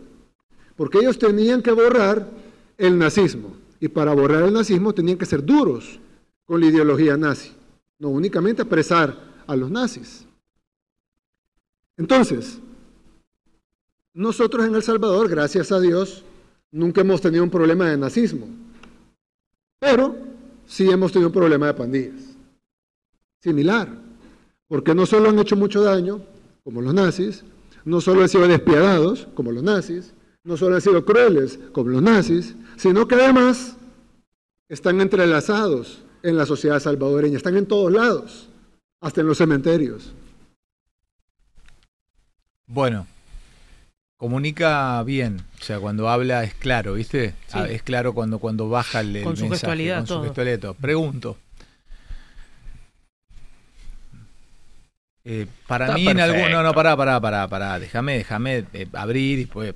Porque ellos tenían que borrar el nazismo. Y para borrar el nazismo tenían que ser duros con la ideología nazi. No únicamente apresar a los nazis. Entonces, nosotros en El Salvador, gracias a Dios, nunca hemos tenido un problema de nazismo. Pero sí hemos tenido un problema de pandillas. Similar. Porque no solo han hecho mucho daño, como los nazis, no solo han sido despiadados, como los nazis, no solo han sido crueles, como los nazis, sino que además están entrelazados en la sociedad salvadoreña, están en todos lados, hasta en los cementerios.
Bueno, comunica bien. O sea, cuando habla es claro, ¿viste?
Sí.
Ah, Es claro cuando, cuando baja el, el
Con su
mensaje,
gestualidad,
con su
todo.
gestualidad, todo. Pregunto. Eh, para
Está
mí en algún... No, no,
perfecto.
pará, pará, pará, pará. Déjame, déjame eh, abrir y pues...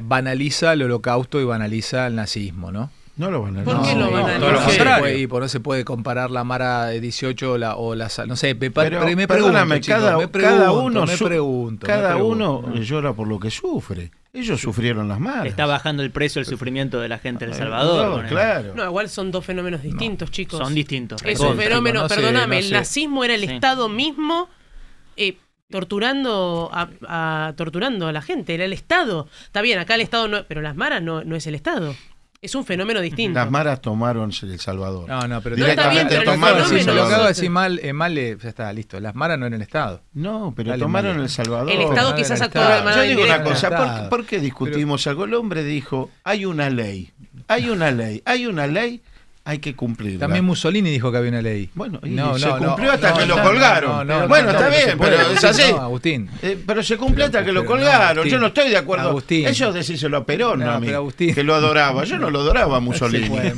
Banaliza el holocausto y banaliza el nazismo, ¿no?
No lo van a
No,
no,
no,
no,
todo lo
no.
contrario. Y por no se puede comparar la Mara de 18 o la, o la sal- no sé, pe- pa-
Pero,
pre- me
perdóname,
pregunto, chicos,
cada,
me
cada
pregunto,
uno,
me
su-
pregunto, me
cada
pregunto.
uno llora por lo que sufre. Ellos sufrieron las malas.
Está bajando el precio el sufrimiento de la gente del
no,
Salvador. con el-
claro.
No, igual son dos fenómenos distintos, chicos.
Son distintos,
Es
recontra.
un fenómeno,
No sé,
perdóname,
no
el
sé.
nazismo era el
Sí.
Estado mismo eh, torturando a, a- torturando a la gente, era el Estado. Está bien, acá el Estado no, pero las maras no, no es el Estado. Es un fenómeno distinto.
Las maras tomaron El Salvador.
No, no, pero
No, está bien, pero el
tomaron Lo
fenómeno-
acabo de
Salvador.
decir mal, eh, mal, eh, ya está, listo. Las maras no en el Estado.
No, pero
Dale,
tomaron
Male.
El Salvador.
El Estado quizás
Tomaron el
actuó de
Estado.
manera
Yo digo una
indirecta.
cosa, ¿por,
Está.
por qué discutimos algo? El hombre dijo, hay una ley, hay una ley, hay una ley, hay que cumplirla.
También Mussolini dijo que había una ley. Bueno,
Y se cumplió hasta que lo colgaron. bueno, está bien, pero es así.
Agustín.
Eh, pero se cumplió hasta que
pero
lo
no,
colgaron.
Agustín.
Yo no estoy de acuerdo.
Agustín.
Ellos decíselo a Perón, no,
No,
a mí,
pero Agustín.
que lo adoraba. Yo no lo adoraba a
Se
Mussolini.
puede,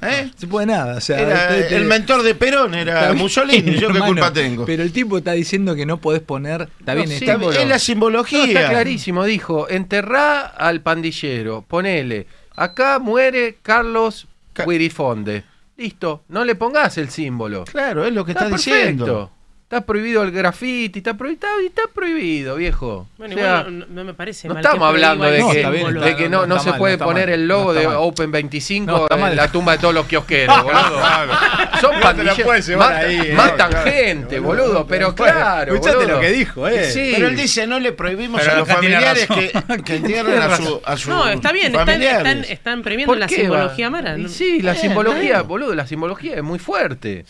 ¿Eh?
Se puede nada. O sea,
Era-
te- te-
el mentor de Perón era
Está bien,
Mussolini. ¿Yo qué
hermano,
culpa tengo?
Pero el tipo está diciendo que no podés poner. Está
No,
bien,
sí,
está
bueno.
bien.
simbología.
No, está clarísimo, dijo, enterrá al pandillero, ponele, acá muere Carlos Quirifonde. Listo, no le pongas el símbolo.
Claro, es lo que está,
perfecto.
diciendo.
Está prohibido el graffiti, está prohibido, está, está prohibido, viejo.
Bueno,
O sea,
igual no, no me parece
no
mal
estamos
que prohíba
hablando de
el
que,
símbolo.
de que no, no,
está
se
mal, no
puede
está
poner
mal,
el logo
no está
de
mal.
Open
No,
25
está mal.
en la tumba de todos los kiosqueros, boludo. Son
No te la puedes
pandilleros.
llevar
Matan,
ahí, eh,
matan
claro,
gente, boludo, pero
Bueno,
claro.
escuchate
boludo.
lo que dijo, eh.
Sí.
Pero él dice, no le prohibimos
Pero
a los
acá tiene
familiares
razón.
que, que entierren a su, a sus
No, está bien, están,
familiares.
están, están premiando
¿Por
la
qué va?
simbología mara.
Y
¿no?
sí, la
Bien,
simbología,
está bien.
boludo, la simbología es muy fuerte.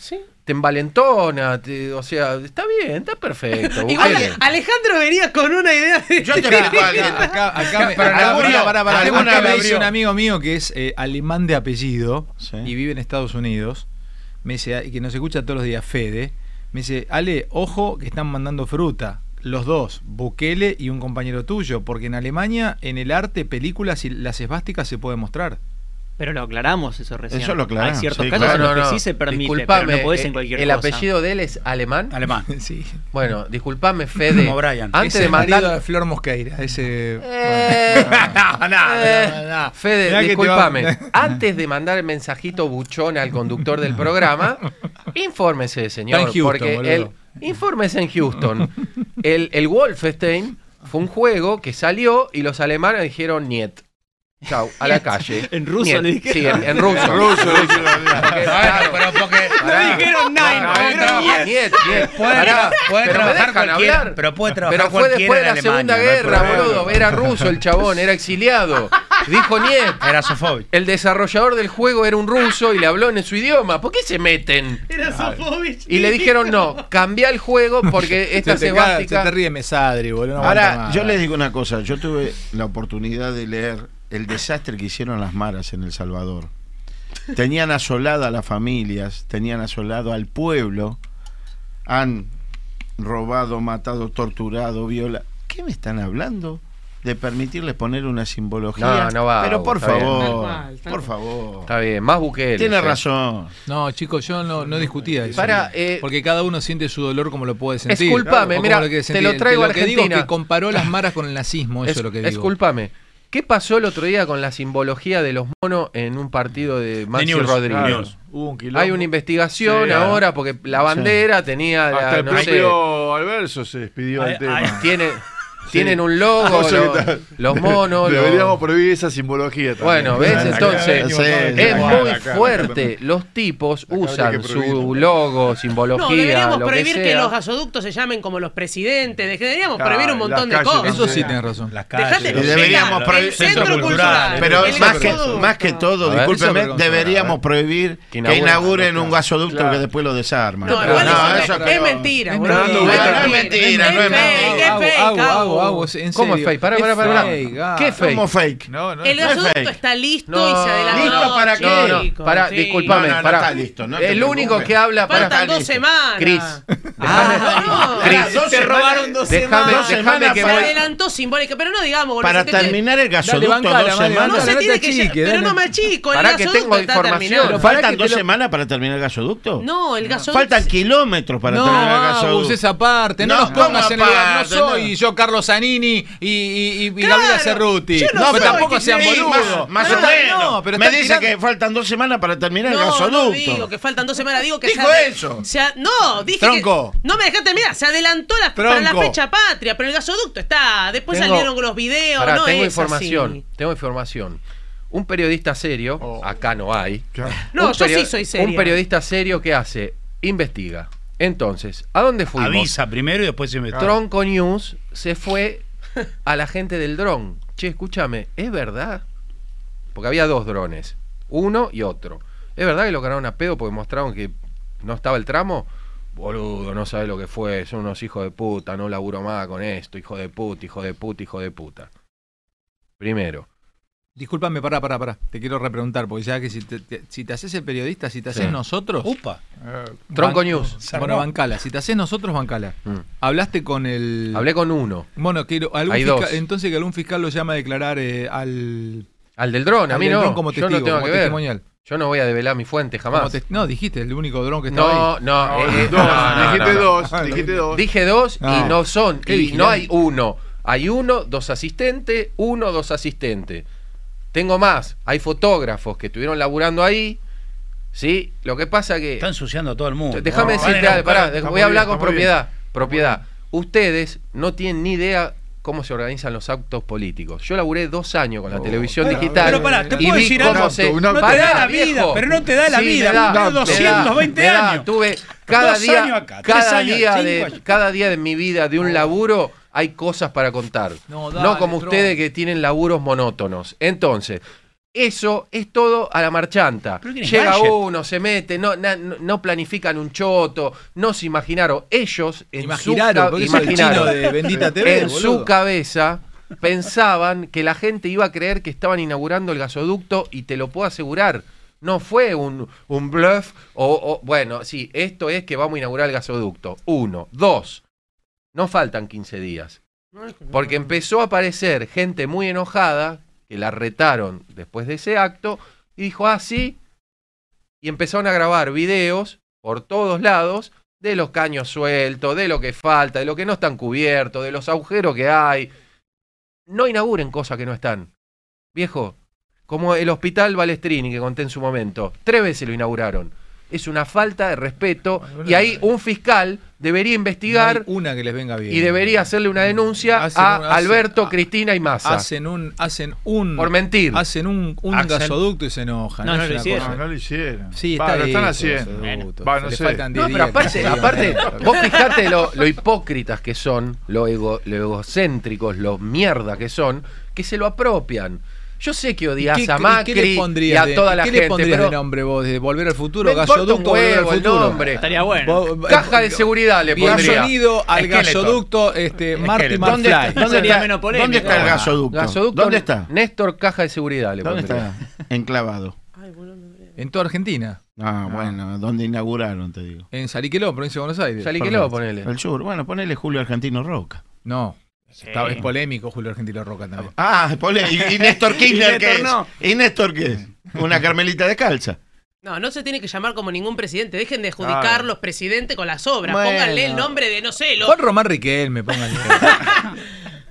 Te envalentona, te- o sea, está bien, está perfecto.
Igual
Bukele.
Alejandro venía con una idea de...
Yo te explico algo.
Acá, acá, me-
Pero
pará,
alguno-
pará, pará, pará.
alguno
Acá me
abrió.
dice un amigo mío que es eh, alemán de apellido y vive en Estados Unidos. Me dice, y que nos escucha todos los días, Fede. Me dice, Ale, ojo que están mandando fruta. Los dos, Bukele y un compañero tuyo, porque en Alemania, en el arte, películas y las esvásticas se pueden mostrar.
Pero lo aclaramos eso recién.
Eso lo aclaramos,
Hay ciertos
sí,
casos
claro.
en los
No,
que
no,
sí se permite,
Disculpame,
pero no podés
eh,
en cualquier
¿El
cosa.
apellido de él es alemán?
Alemán,
sí.
Bueno, disculpame, Fede.
Como Brian.
Antes
Ese
de mandar. Eh.
marido de Flor Mosqueira, ese.
no, no, no.
Mirá
Eh, Fede,
que te
discúlpame.
va-
Antes de mandar el mensajito buchón al conductor del programa, infórmese, señor.
Está en Houston,
porque
boludo.
el, infórmese en Houston. El, el Wolfenstein fue un juego que salió y los alemanes dijeron Niet. Chau, a la calle.
En ruso
Niet.
le dijeron.
Sí, en, en ruso.
En ruso le dijeron.
Porque, claro, pero porque.
No dijeron nine,
Pará,
dijeron
pará,
Niet.
Niet, Niet.
Puede-
Pará, pero
puede
me
trabajar
dejan
cualquiera,
hablar.
pero puede trabajar
Pero fue después de
cualquiera
la
en
Segunda
Alemania, no hay
Guerra,
problema.
boludo. Era ruso el chabón, era exiliado. Dijo Niet.
Era sofóbico.
El desarrollador del juego era un ruso y le habló en su idioma. ¿Por qué se meten?
Era Sofovich.
Y le dijeron, no, cambia el juego porque esta
se te, caga- se
sebástica...
te ríe Mesadri, boludo. no aguanta
Ahora,
más.
yo les digo una cosa. Yo tuve la oportunidad de leer el desastre que hicieron las maras en El Salvador. Tenían asolada a las familias, tenían asolado al pueblo, han robado, matado, torturado, violado. ¿Qué me están hablando? De permitirles poner una simbología.
No, no va,
Pero por
está bien.
favor,
Tal cual, tal
por
cual.
favor.
Está bien, más buqueles.
Tiene
eh.
razón.
No, chicos, yo no, no discutía eso.
Para, eh,
porque cada uno siente su dolor como lo puede sentir.
Esculpame,
O como
mira,
lo quiere
te
sentir.
lo traigo a
Lo que digo es
Argentina.
que comparó las maras con el nazismo, eso es,
Es-
lo que digo.
Disculpame. ¿Qué pasó el otro día con la simbología de los monos en un partido de Maxi
News,
Rodríguez?
claro. News.
Hubo un quilombo.
Hay una investigación
Sí.
ahora porque la bandera tenía... la-
Hasta el
no sé,
propio Alverso se despidió
Ay,
del tema. Ah,
ay, tiene- tienen un logo,
No sé
lo-
qué tal.
los monos, lo-
Deberíamos prohibir esa simbología también.
Bueno, ¿ves? Entonces,
Sí,
es
sí,
muy
acá, acá,
fuerte. Los tipos usan
que prohibirlo.
su logo,
No,
simbología,
deberíamos
lo que
prohibir que, los
sea.
gasoductos se llamen como los presidentes. de- Deberíamos
Claro,
prohibir un
las
montón de
calles
cosas.
Eso sí tienes razón.
Las
Dejate de
deberíamos
llegar,
prohibir
el centro cultural,
pero
el
más que,
gasoducto.
más que todo,
A ver,
discúlpeme,
eso es
deberíamos prohibir que
inauguren-
inauguren un gasoducto
Claro.
que después lo desarman.
No, igual es, es mentira, boludo.
No, no es mentira, no es
fake,
mentira.
es fake, Gabo.
¿Cómo es fake? Pará, pará, pará, pará. ¿Qué es fake?
¿Cómo fake? No,
El gasoducto está listo y se adelantó.
¿Listo para qué?
No, no, pará,
sí.
disculpame,
No, no, no
pará.
está listo, no te
el único
preocupes.
que habla, pará.
Faltan dos semanas.
Cris,
Ah,
Cris,
no.
Dos semanas-
Déjame,
Dos
déjame
semanas
que
Se
voy.
adelantó simbólica, pero no digamos, boludo,
Para
se te-
terminar el gasoducto
bancala,
dos
dale,
semanas.
No se
Dale,
tiene
date
que
chique,
Pero
dale.
no me achico, el
Pará que
gasoducto
tengo
está
información.
terminado.
Faltan
que
dos
te lo-
semanas para terminar el gasoducto.
No, el gasoducto.
Faltan kilómetros para
no,
terminar el
Agus,
gasoducto.
esa parte. No,
No,
nos pongas
¿cómo
en el lugar. No
aparte?
soy yo, Carlos Zanini y, y, y, y Gabriela Cerruti.
yo no
pero
soy
tampoco
que-
sean
Sí,
boludos.
más- Más o
Pero-
menos.
No, pero
Me
están
dice
tirando-
que faltan dos semanas para terminar el
No, no digo
gasoducto.
que faltan dos semanas, digo que
Dijo
se ade-
eso.
se a- no, dije
Tronco.
que no me dejaste terminar, se adelantó la, para la
Tronco.
fecha patria, pero el gasoducto está, después
Tengo-
salieron los videos,
Pará,
no
tengo
es
información,
así.
tengo información. Un periodista serio,
Oh.
acá no hay.
No,
Un
yo
perio-
sí soy seria.
Un periodista serio que hace, investiga. Entonces, ¿a dónde fuimos?
Avisa primero y después se mete.
Tronco News se fue a la gente del dron. Che, escúchame, ¿es verdad? Porque había dos drones, uno y otro. ¿Es verdad que lo ganaron a pedo porque mostraron que no estaba el tramo? Boludo, no sabe lo que fue, son unos hijos de puta, no laburo más con esto, hijo de puta, hijo de puta, hijo de puta. Primero.
Disculpame, pará, pará, pará. Te quiero repreguntar, porque ya que si te, te- si te haces el periodista, si te haces
Sí.
nosotros.
Upa.
Tronco
ban-
News.
Bueno, bancala. Si te haces nosotros, bancala.
Mm.
Hablaste con el.
Hablé con uno,
Bueno, quiero. algún
Hay
fiscal-
dos.
entonces que algún fiscal lo llama a declarar eh, al.
al del dron, a
al
mí
del
no.
dron como testigo,
Yo no tengo
como
que ver.
testimonial.
Yo no voy a develar mi fuente
Como
jamás.
tes- no, dijiste, el único dron que estaba ahí.
No, no, eh, eh,
Dos,
no, no, no,
dijiste
no.
dos, dijiste dos.
Dije dos
No.
Ah,
y no son.
Ah. Qué
Y no
vigilante.
hay uno. Hay uno, dos asistentes, uno, dos asistentes. Tengo más. Hay fotógrafos que estuvieron laburando ahí. ¿Sí? Lo que pasa que.
Está ensuciando a todo el mundo.
Déjame
No,
decirte,
van a ir a
algo, pará,
buscar-
dej-
está
voy
muy
a
bien,
hablar
está
con
muy bien.
propiedad. Propiedad. Ustedes no tienen ni idea cómo se organizan los actos políticos. Yo laburé dos años con la televisión
Pero-
digital.
pero pará, ¿te
y
puedo
vi
decir
cómo
algo?
se-
Oh. No te
Pará,
da la vida,
viejo.
pero no te da la vida,
me da,
tenés
me da,
220
me da.
años.
Tuve cada
Dos
día,
años acá, tres
cada,
años,
día
cinco
de,
años.
cada día de mi vida, de un laburo, hay cosas para contar.
No,
No,
dale,
como
Tron.
ustedes que tienen laburos monótonos. Entonces, eso es todo a la marchanta.
Pero tienen
Llega
gadget.
uno, se mete, no, na- no- no planifican un choto, no se imaginaron. Ellos en
Imaginaron,
su, ca-
porque eso es el
imaginaron.
chino de Bendita TV,
En
boludo.
su cabeza pensaban que la gente iba a creer que estaban inaugurando el gasoducto y te lo puedo asegurar. No fue un, un bluff o, o- bueno, sí, esto es que vamos a inaugurar el gasoducto. Uno, dos. No faltan 15 días. Porque empezó a aparecer gente muy enojada, que la retaron después de ese acto, y dijo, ah, sí. Y empezaron a grabar videos por todos lados de los caños sueltos, de lo que falta, de lo que no están cubiertos, de los agujeros que hay. No inauguren cosas que no están. Viejo, como el hospital Balestrini que conté en su momento, tres veces lo inauguraron. Es una falta de respeto y ahí un fiscal debería investigar
No hay una que les venga bien.
y debería hacerle una denuncia
Hacen
a
un- hacen-
Alberto, Cristina y Massa.
Hacen un, hacen un.
Por mentir.
Hacen un, un
Hacen-
gasoducto y se enojan.
No, no
Es
lo
una
hicieron.
cosa-
No, no
lo hicieron.
Sí,
Va,
está
lo están
hecho,
haciendo.
gasoducto.
Va, no
Le
sé.
faltan
No,
10
pero
días, 15
aparte,
días.
aparte vos fijate lo, lo hipócritas que son, lo, ego- lo egocéntricos, lo mierda que son, que se lo apropian. Yo sé que odias
¿Y qué-
a
y
Macri
qué le
y
pondrías
a
de-
toda
y
la
qué le
gente,
pondrías
pero
de nombre vos? ¿De volver al futuro?
Me importa un
¿Gasoducto? ¿Volver
huevo
al
el
futuro?
nombre. Estaría bueno.
Vos- eh,
Caja de seguridad le
Bien
pondría.
sonido al
Esqueleto.
gasoducto este, Marty
Esqueleto.
McFly.
¿Dónde está el gasoducto?
Gasoducto,
¿Dónde está?
Néstor Caja de Seguridad le
¿Dónde
pondría.
está? Enclavado.
En toda Argentina.
Ah, bueno, ¿dónde inauguraron, te digo?
En Saliqueló, provincia de Buenos Aires.
Perfecto. El sur. Bueno, ponele Julio Argentino Roca.
No. Está- es polémico Julio Argentino Roca también.
Ah, ponele. ¿Y, y Néstor Kirchner
Y
qué
Néstor
es?
no.
¿Y Néstor qué es? Una carmelita descalza.
No, no se tiene que llamar como ningún presidente. Dejen de adjudicar los presidentes con las obras.
Bueno.
Pónganle el nombre de, no sé, lo...
Juan Román Riquelme, póngale.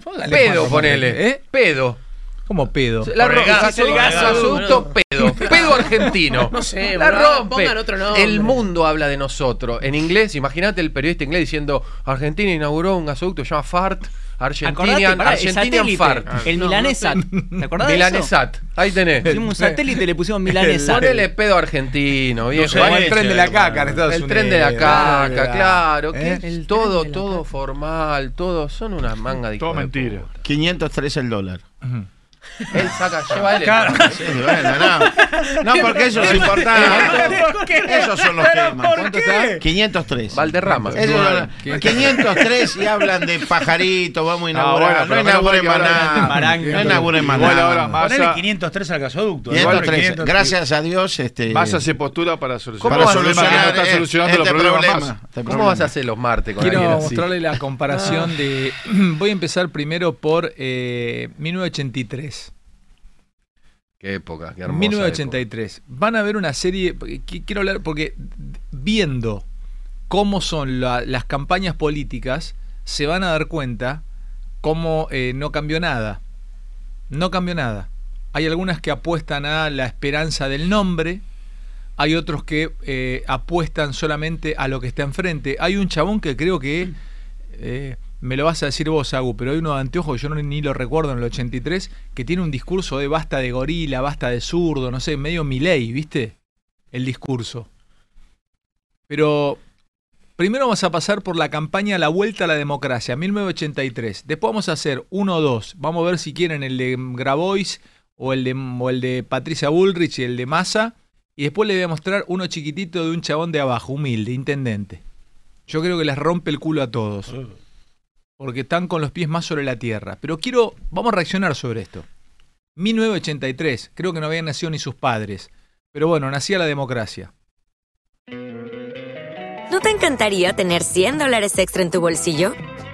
Póngale Juan
Pedo,
Román
ponele.
Riquelme, ¿eh?
Pedo.
¿Cómo pedo?
La rompe. Gasoducto, pedo. Pedo argentino.
No sé,
La
boludo,
rompe.
pongan otro nombre.
El mundo habla de nosotros. En inglés, imagínate el periodista inglés diciendo: Argentina inauguró un gasoducto que se llama FART. Argentinian,
Acordate, pará, el
Argentinian
satélite, Ah.
FART.
el Milanesat. ¿Te acordás de eso?
Milanesat. Ahí tenés.
Hicimos un satélite y le pusimos Milanesat.
Ponele pedo argentino, viejo.
sé, Como el tren de la caca en Estados
El tren de la
Unidos.
caca, claro.
¿Eh?
que
El tren
todo, todo formal, todo. Son unas mangas de
Todo mentira. 503 el dólar.
Él saca, lleva ¿eh? él.
Sí, bueno, no. No, porque eso es importante. Esos son los temas. ¿Cuánto está? 503.
Valderrama.
Eso es verdad. 503 y hablan de pajarito, vamos a inaugurar.
Ah, bueno, pero
no
menos mal
inauguren
que
más
hablan de
nada.
Marango.
No inauguren más
Igual
nada.
ahora Massa-
Ponele 503 al gasoducto.
503.
Igual que-
Gracias a Dios. Este,
Massa se postula para solucionar,
para
el problema que
solucionar
no está
este-
solucionando
este
los problemas
problema.
más.
Este
¿Cómo vas a hacer los martes con
Quiero
alguien así? Ah.
mostrarle la comparación de. Voy a empezar primero por eh, 1983.
Qué época, qué hermosa.
1983. Van a ver una serie. porque qui- Quiero hablar porque viendo cómo son la- las campañas políticas, se van a dar cuenta cómo eh, no cambió nada. No cambió nada. Hay algunas que apuestan a la esperanza del nombre. Hay otros que eh, apuestan solamente a lo que está enfrente. Hay un chabón que creo que. eh, me lo vas a decir vos, Agu, pero hay uno de anteojos que yo no, ni lo recuerdo en el 83, que tiene un discurso de basta de gorila, basta de zurdo, no sé, medio miley, ¿viste? El discurso. Pero primero vamos a pasar por la campaña La Vuelta a la Democracia, 1983. Después vamos a hacer uno o dos. Vamos a ver si quieren el de Grabois o el de, o el de Patricia Bullrich y el de Massa. Y después les voy a mostrar uno chiquitito de un chabón de abajo, humilde, intendente. Yo creo que les rompe el culo a todos. Porque están con los pies más sobre la tierra. Pero quiero, vamos a reaccionar sobre esto. 1983, creo que no habían nacido ni sus padres. Pero bueno, nacía la democracia.
¿No te encantaría tener 100 dólares extra en tu bolsillo?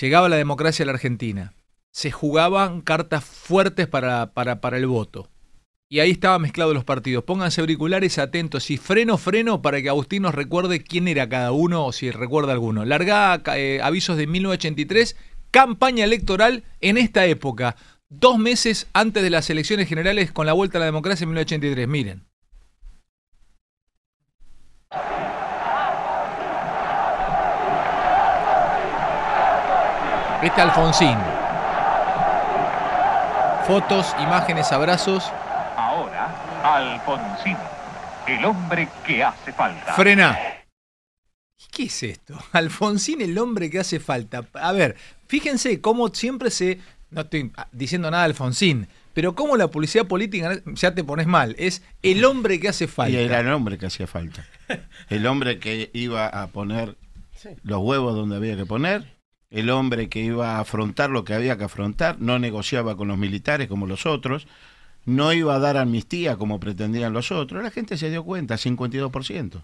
Llegaba la democracia a la Argentina. Se jugaban cartas fuertes para, para, para el voto. Y ahí estaba mezclado los partidos. Pónganse auriculares atentos y freno, freno para que Agustín nos recuerde quién era cada uno o si recuerda alguno. Largá ca- eh, avisos de 1983, campaña electoral en esta época. Dos meses antes de las elecciones generales con la vuelta a la democracia en 1983. Miren. Este Alfonsín. Fotos, imágenes, abrazos.
Ahora, Alfonsín, el hombre que hace falta.
Frena. ¿Qué es esto? Alfonsín, el hombre que hace falta. A ver, fíjense cómo siempre se. No estoy diciendo nada de Alfonsín, pero cómo la publicidad política ya te pones mal. Es el hombre que hace falta.
Y era el hombre que hacía falta. El hombre que iba a poner los huevos donde había que poner. El hombre que iba a afrontar lo que había que afrontar. No negociaba con los militares como los otros. No iba a dar amnistía como pretendían los otros. La gente se dio cuenta, 52%.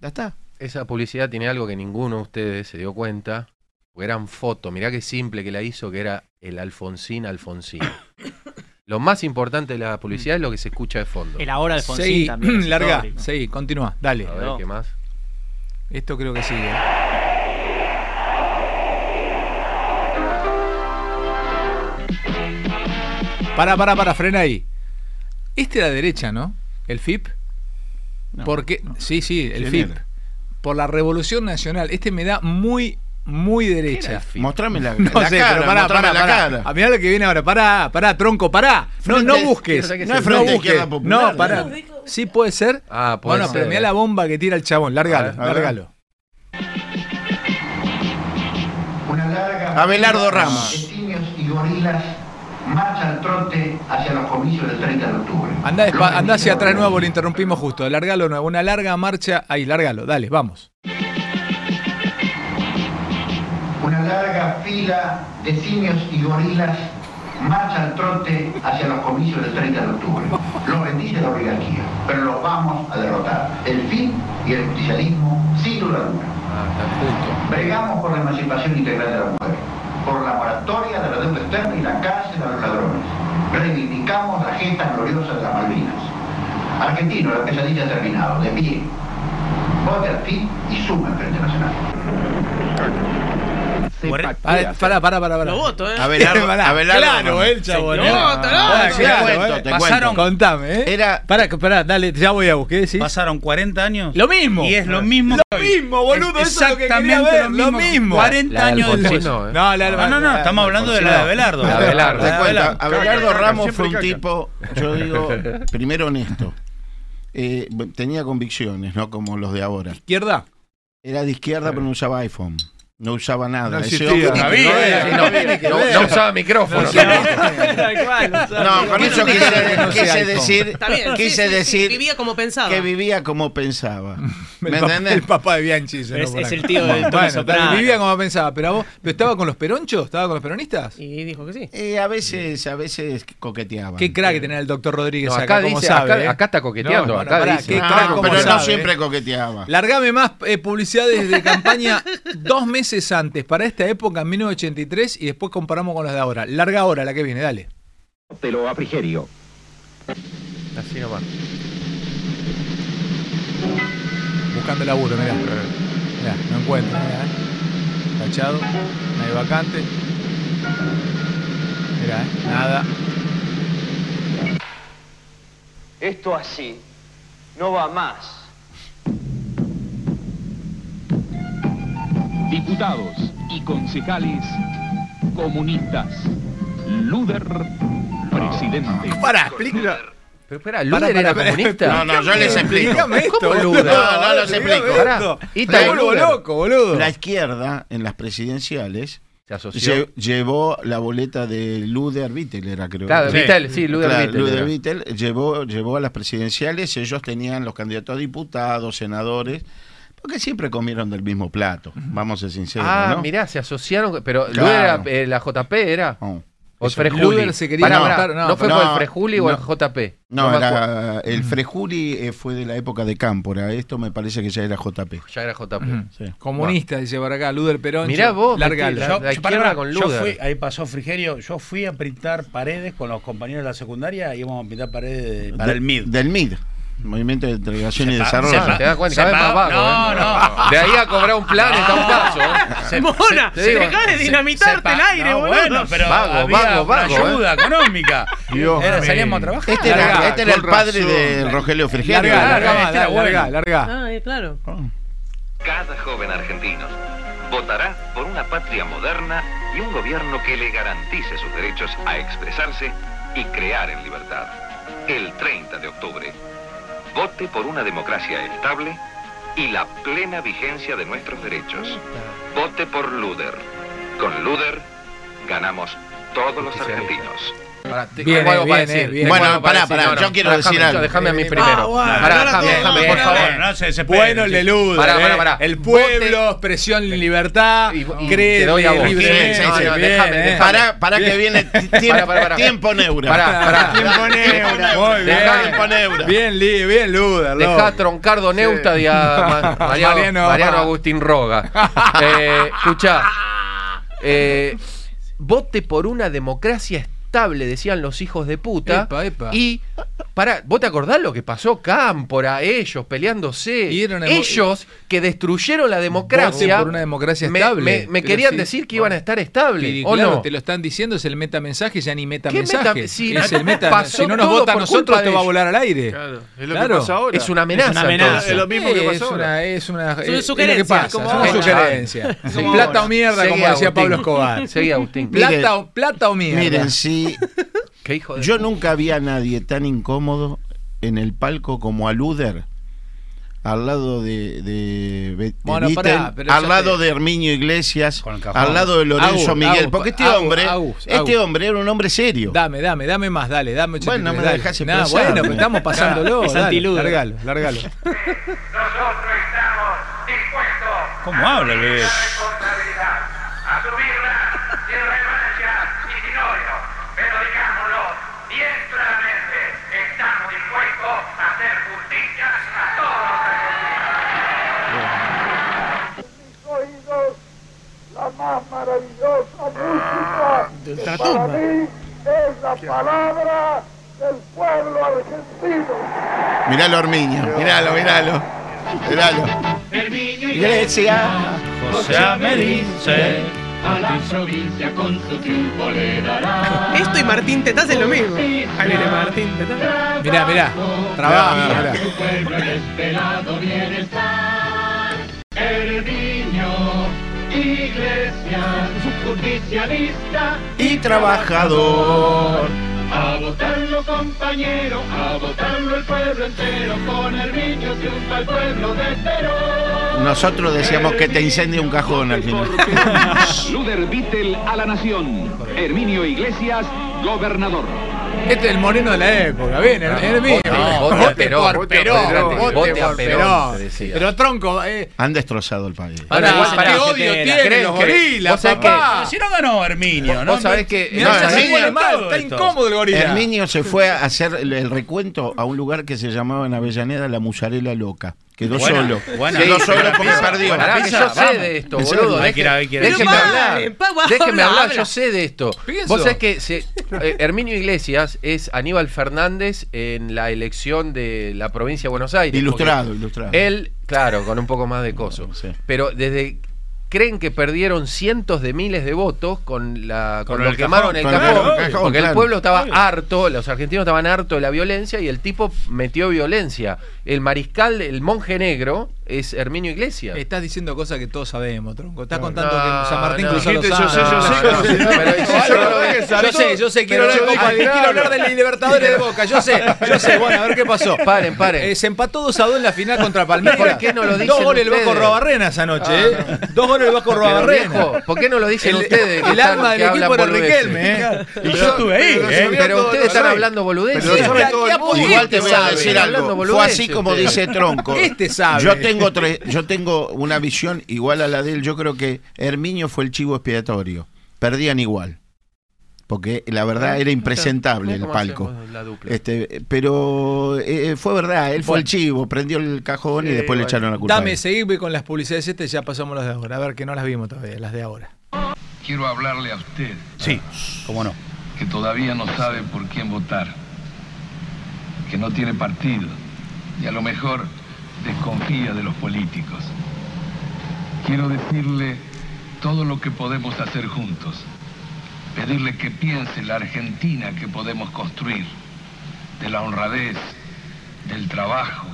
Ya está.
Esa publicidad tiene algo que ninguno de ustedes se dio cuenta. porque Eran fotos, mirá qué simple que la hizo, que era el Alfonsín Alfonsín. Lo más importante de la publicidad es lo que se escucha de fondo.
El ahora Alfonsín
Seguí,
también. es
larga,
histórico.
seguí, continúa, dale.
A ver, ¿qué más?
Esto creo que sigue. Para, para, para, frena ahí. Este era derecha, ¿no? El FIP. Porque, sí, sí, el
¿Quién
FIP.
era?
Por la Revolución Nacional. Este me da muy, muy derecha.
Mostrame la,
No
la
sé,
cara,
pero pará,
mostrame
pará,
la
pará.
cara.
Ah, mirá lo que viene ahora. Pará, pará, tronco, pará. No, no
Frente-
busques.
Quiero saber qué es el Frente de Izquierda Popular,
No, pará. Sí puede ser.
Ah, puede
bueno,
ser.
pero mirá la bomba que tira el chabón. Largalo,
A ver, a ver.
largalo.
Abelardo Ramos.
Estimios y gorilas marchan trote hacia los comicios del 30 de octubre.
Andá, despa- andá hacia atrás nuevo, lo interrumpimos justo. Largalo nuevo. Una larga marcha. Ahí, largalo. Dale, vamos.
Una larga fila de simios y gorilas marcha al trote hacia los comicios del 30 de octubre. Los bendice la oligarquía, pero los vamos a derrotar. El fin y el justicialismo sin duda alguna. Bregamos por la emancipación integral de la mujer, por la moratoria de la deuda externa y la cárcel a los ladrones. Reivindicamos la gesta gloriosa de las Malvinas. Argentino, la pesadilla ha terminado, de pie. Vote al fin y suma al Frente Nacional.
Pará, pará, pará, pará, pará.
Lo voto, ¿eh?
Abelardo-
Pará,
Abelardo
claro,
Ramos.
el chabón. ¿eh?
Sí, lo voto, lo
Pará,
voto.
claro,
Te cuento,
eh.
te
Pasaron,
cuento.
contame, ¿eh?
Era...
Pará, pará, dale, ya voy a buscar, ¿eh? ¿sí?
Pasaron 40 años.
Lo mismo.
Y es lo mismo.
Lo
que hoy.
mismo, boludo,
Es
eso es lo que quería
Exactamente
ver,
lo,
lo
mismo.
mismo.
40
La de
años
Alfonsín
después.
no, ¿eh? No, la de-
Ah, no, no,
la de
estamos hablando de la de Abelardo.
Te
La de
cuento, Abelardo
Caca,
Ramos
siempre
fue un
caca.
tipo, yo digo, primero honesto. Eh, b- tenía convicciones, no como los de ahora.
¿Izquierda?
Era de izquierda, pero no usaba iPhone. No usaba nada.
No
Ese
existía.
hombre-
No
No,
era-
no, no, no usaba micrófono.
No, con eso
¿Quién
quise,
dice que no
quise
sea
decir,
Está bien, sí, sí,
quise
sí,
decir
Vivía como pensaba.
que vivía como pensaba.
El,
¿Me
pap-
entendés?
el papá de Bianchi. se
Es-
lo
es
pone.
el tío de Tony
bueno,
Soprano.
dale, Vivía como pensaba, pero, a vos, pero estaba con los peronchos, estaba con los peronistas.
Y dijo que sí.
Eh, a veces, a veces coqueteaba.
Qué crack tener el doctor Rodríguez
No,
acá,
acá
como
dice-
sabe.
acá-
eh.
acá está coqueteando,
No,
acá
pará,
dice. Ah,
qué
No,
crack como
pero no
sabe,
siempre
eh.
coqueteaba.
Largame más eh, publicidades de campaña dos meses antes, para esta época, en 1983, y después comparamos con las de ahora. Larga ahora, la que viene, dale.
Pero a Frigerio.
Así nomás.
Buscando laburo, mirá. Mirá, no encuentro. Mirá, eh. Tachado, no hay vacante. Mirá, eh, nada.
Esto así no va más.
Diputados y concejales comunistas. Luder, presidente.
Pará, explica.
Pero espera, ¿Luder era comunista?
No, no, yo les explico.
Dígame esto.
¿Cómo
boludo?
Luder? No, no los
Dígame
explico.
esto.
Pará.
Me
Ítalo
vuelvo
Luder.
loco, boludo.
La izquierda en las presidenciales
Se asoció.
lle- llevó la boleta de Luder Vittel, era creo.
Claro, Vittel, sí, Luder
Claro,
Vittel
Luder
era.
Vittel llevó, llevó a las presidenciales, ellos tenían los candidatos a diputados, senadores, porque siempre comieron del mismo plato, vamos a ser sinceros,
Ah,
¿no?
mirá, se asociaron. Pero
Claro.
Luder era, eh, la JP era.
No.
O el
Eso.
Frejuli.
Luder se quería
Pará,
matar,
pará,
no,
No, fue
no,
por el Frejuli o el
no.
JP.
No,
me acuerdo.
era, el Frejuli eh, fue de la época de Cámpora, esto me parece que ya era JP.
Ya era JP.
Sí.
Comunista, dice por acá, Luder Perón.
Mirá vos,
Largalo.
metí-
Yo,
La
yo-
izquierda
pará,
con
yo
Luder.
fui- ahí pasó Frigerio, yo fui a pintar paredes con los compañeros de la secundaria, íbamos a pintar paredes de- para
De-
el MID.
Del MID. Movimiento de Integración y Desarrollo.
Te das cuenta,
Se
cada vez más
pa-
vago.
no,
¿eh?
no.
De ahí a cobrar un plan está un paso. ¿eh?
Se-
Mona,
se-
se,
te digo,
dejá de
se-
dinamitarte
sepa-
el aire,
no,
boludo.
Bueno, pero
Vago,
había
vago,
una
vago,
ayuda económica.
Dios
Era,
mío.
salíamos a trabajar.
Este era,
Larga,
este era el
con
padre
razón.
de Rogelio Frigerio.
Larga,
Larga,
larga,
este era
larga, larga,
bueno.
larga.
Ah, eh, claro.
Cada joven argentino
votará por una patria moderna y un gobierno que le garantice sus derechos a expresarse y crear en libertad. El 30 de octubre, vote por una democracia estable y la plena vigencia de nuestros derechos. Vote por Luder. Con Luder ganamos todos los argentinos.
Pará, te-
Bien,
tengo algo
eh,
para
bien,
decir.
eh, bien.
Tengo
Bueno,
algo para
pará,
decir.
pará,
No, no,
yo quiero
pará,
decir
déjame-
algo.
Déjame a mí
eh,
Ah,
primero.
bueno, no
Pará,
la
déjame,
tengo,
déjame, por
no,
favor.
no, no se desesperen,
Bueno, el de Luder,
Pará, pará,
eh.
pará.
El pueblo, expresión, libertad, cree,
te doy a vos.
libremente.
No, no,
Bien,
déjame,
eh.
déjame.
Pará, pará
Bien.
que viene ti-
Pará, pará, pará.
tiempo neura.
Pará, pará.
Tiempo neura.
Muy bien.
Dejá
Tiempo neura.
Bien, Li, bien, Luder.
Dejá Troncardo Neusta y a Ma- Mariano,
Mariano.
Mariano Agustín Roga. Eh, escuchá. eh, vote por una democracia estable, decían los hijos de puta.
Epa, epa.
Y. Para, ¿Vos te acordás lo que pasó Cámpora, ellos peleándose?
Y era una-
ellos que destruyeron la democracia.
Voten por una democracia
me-
estable.
Me, me
Pero
querían
sí.
decir que iban a estar estables.
Y
¿o
claro,
no?
te lo están diciendo, es el metamensaje, ya ni
¿Qué
metamensaje.
meta- si
es
no-
el meta,
pasó
si no nos
todo
vota a
por
nosotros,
culpa
te
de
va a
ellos.
volar al aire.
Claro,
es lo que pasa ahora.
Es una amenaza.
Es una amenaza.
entonces.
Es lo mismo que pasó
Es
ahora.
una-
es una, es,
Es
es
una
lo
sugerencia,
que pasa.
como
es una
ahora.
sugerencia.
Sí.
Plata o mierda,
Seguí,
como decía
Agustín.
Pablo Escobar.
Seguí, Agustín.
Plata, o, plata o mierda.
Miren, sí.
¿Qué hijo de
Yo nunca vi a nadie tan incómodo en el palco como a Luder. Al lado de, de Be- de
Bueno,
Vittel,
pará, pero
al
ya
lado
te-
de Herminio Iglesias,
cajón.
al lado de Lorenzo
Agus,
Miguel,
Agus,
porque este
Agus,
hombre,
Agus,
este
Agus.
hombre era un hombre serio.
Dame, dame, dame más, dale, dame 83.
Bueno, me
dale.
dejás
Nah,
expresarme.
Bueno, pero estamos pasándolo.
Es
dale,
antiludo.
largalo, largalo.
¿Cómo habla el bebé?
oídos la más maravillosa música
Del
que
Tatumba.
para mí es la palabra del pueblo argentino.
Miralo, Herminio, miralo, miralo. Miralo. Iglesia.
José Americe.
A la provincia con su triunfo le
Esto y Martín Tetaz es lo mismo. Ahí viene Martín Tetaz.
Mirá, mirá. Trabaja, mirá.
esperado este bienestar. El niño, iglesia, justicialista
Y trabajador.
A votarlo, compañero, a votarlo el pueblo entero. Con Herminio triunfa el pueblo de Perón.
Nosotros decíamos que te incendie un cajón al final.
Luder Vittel a la nación. Herminio Iglesias, gobernador.
Este es el moreno de la
Ah,
época, bien, el, el mío.
Vote- vote a Perón,
por Perón, vote por Perón.
te decía.
Pero tronco, eh,
Han destrozado el país.
Ahora,
Pará,
igual, pará,
qué
que
odio
te-
tienen
¿creen
los
que-
gorilas,
vos sabés
papá.
que-
Si no ganó Herminio, ¿no?
Vos sabés que-
Mirá,
No,
se
Herminio-
muere mal,
Está incómodo el gorila.
El niño se fue a hacer el, el recuento a un lugar que se llamaba en Avellaneda la Musarela Loca. Quedó
Buena,
solo.
buena. Sí,
Quedó solo
buena
porque
pizza,
perdió.
Pará, que yo sé de esto,
¿En
boludo.
serio?
Deje- Déjeme
Pero
hablar.
pare,
eh,
pa, va,
Déjeme
habla,
hablar,
habla.
yo sé de esto.
Pienso.
Vos sabés que se- eh, Herminio Iglesias es Aníbal Fernández en la elección de la provincia de Buenos Aires.
Ilustrado,
porque
ilustrado.
Él, claro, con un poco más de coso. Pero desde. Creen que perdieron cientos de miles de votos con la con,
Con
lo
el
quemaron
cajón,
el
con el
cajón,
cajón, cajón,
porque el
claro.
pueblo estaba harto, los argentinos estaban harto de la violencia y el tipo metió violencia. El mariscal, el monje negro, es Herminio Iglesias.
Estás diciendo cosas que todos sabemos, tronco. Estás contando
No,
que San Martín
no.
cruzó los
Dijiste, yo sé, yo sé, yo sé. Pero si yo
Andes.
creo que
Yo
saltó,
sé, yo sé. Quiero
pero
hablar de
yo
Copa,
dije,
quiero hablar
claro.
de Libertadores de Boca. Yo sé, yo sé. Bueno, a ver qué pasó.
Paren, paren.
Eh, se empató 2 a 2 en la final contra Palmeiras.
¿Por qué no lo dicen
Dos goles el Vasco
ustedes? Ah,
Robarrena esa noche, ¿eh? Dos goles el Vasco
Pero,
Robarrena.
viejo, ¿Por qué no lo dicen
El-
ustedes? que
El
están-
alma del
que hablan
equipo era
boludeces?
Riquelme, ¿eh?
Y yo estuve ahí, Pero ¿eh? se vio Pero todo, ustedes lo están sabe. hablando boludeces.
Pero lo
Sí,
sabe
aquí
todo el mundo.
apoyé,
Igual te voy a
sabe.
decir
Están hablando
algo. Fue
boludeces
así como
ustedes.
dice Tronco.
Este sabe.
Yo tengo, tres- yo tengo una visión igual a la de él. Yo creo que Herminio fue el chivo expiatorio. Perdían igual. Porque la verdad era impresentable el
¿Cómo
palco.
hacemos la dupla?
Este, pero eh, fue verdad, él fue el chivo, prendió el cajón y
Eh,
después le
bueno.
echaron la culpa. a
Dame,
él.
seguime con las publicidades este, ya pasamos las de ahora. A ver, que no las vimos todavía, las de ahora.
Quiero hablarle a usted.
Sí, cómo no.
Que todavía no sabe por quién votar. Que no tiene partido. Y a lo mejor desconfía de los políticos. Quiero decirle todo lo que podemos hacer juntos. Pedirle que piense la Argentina que podemos construir. De la honradez, del trabajo,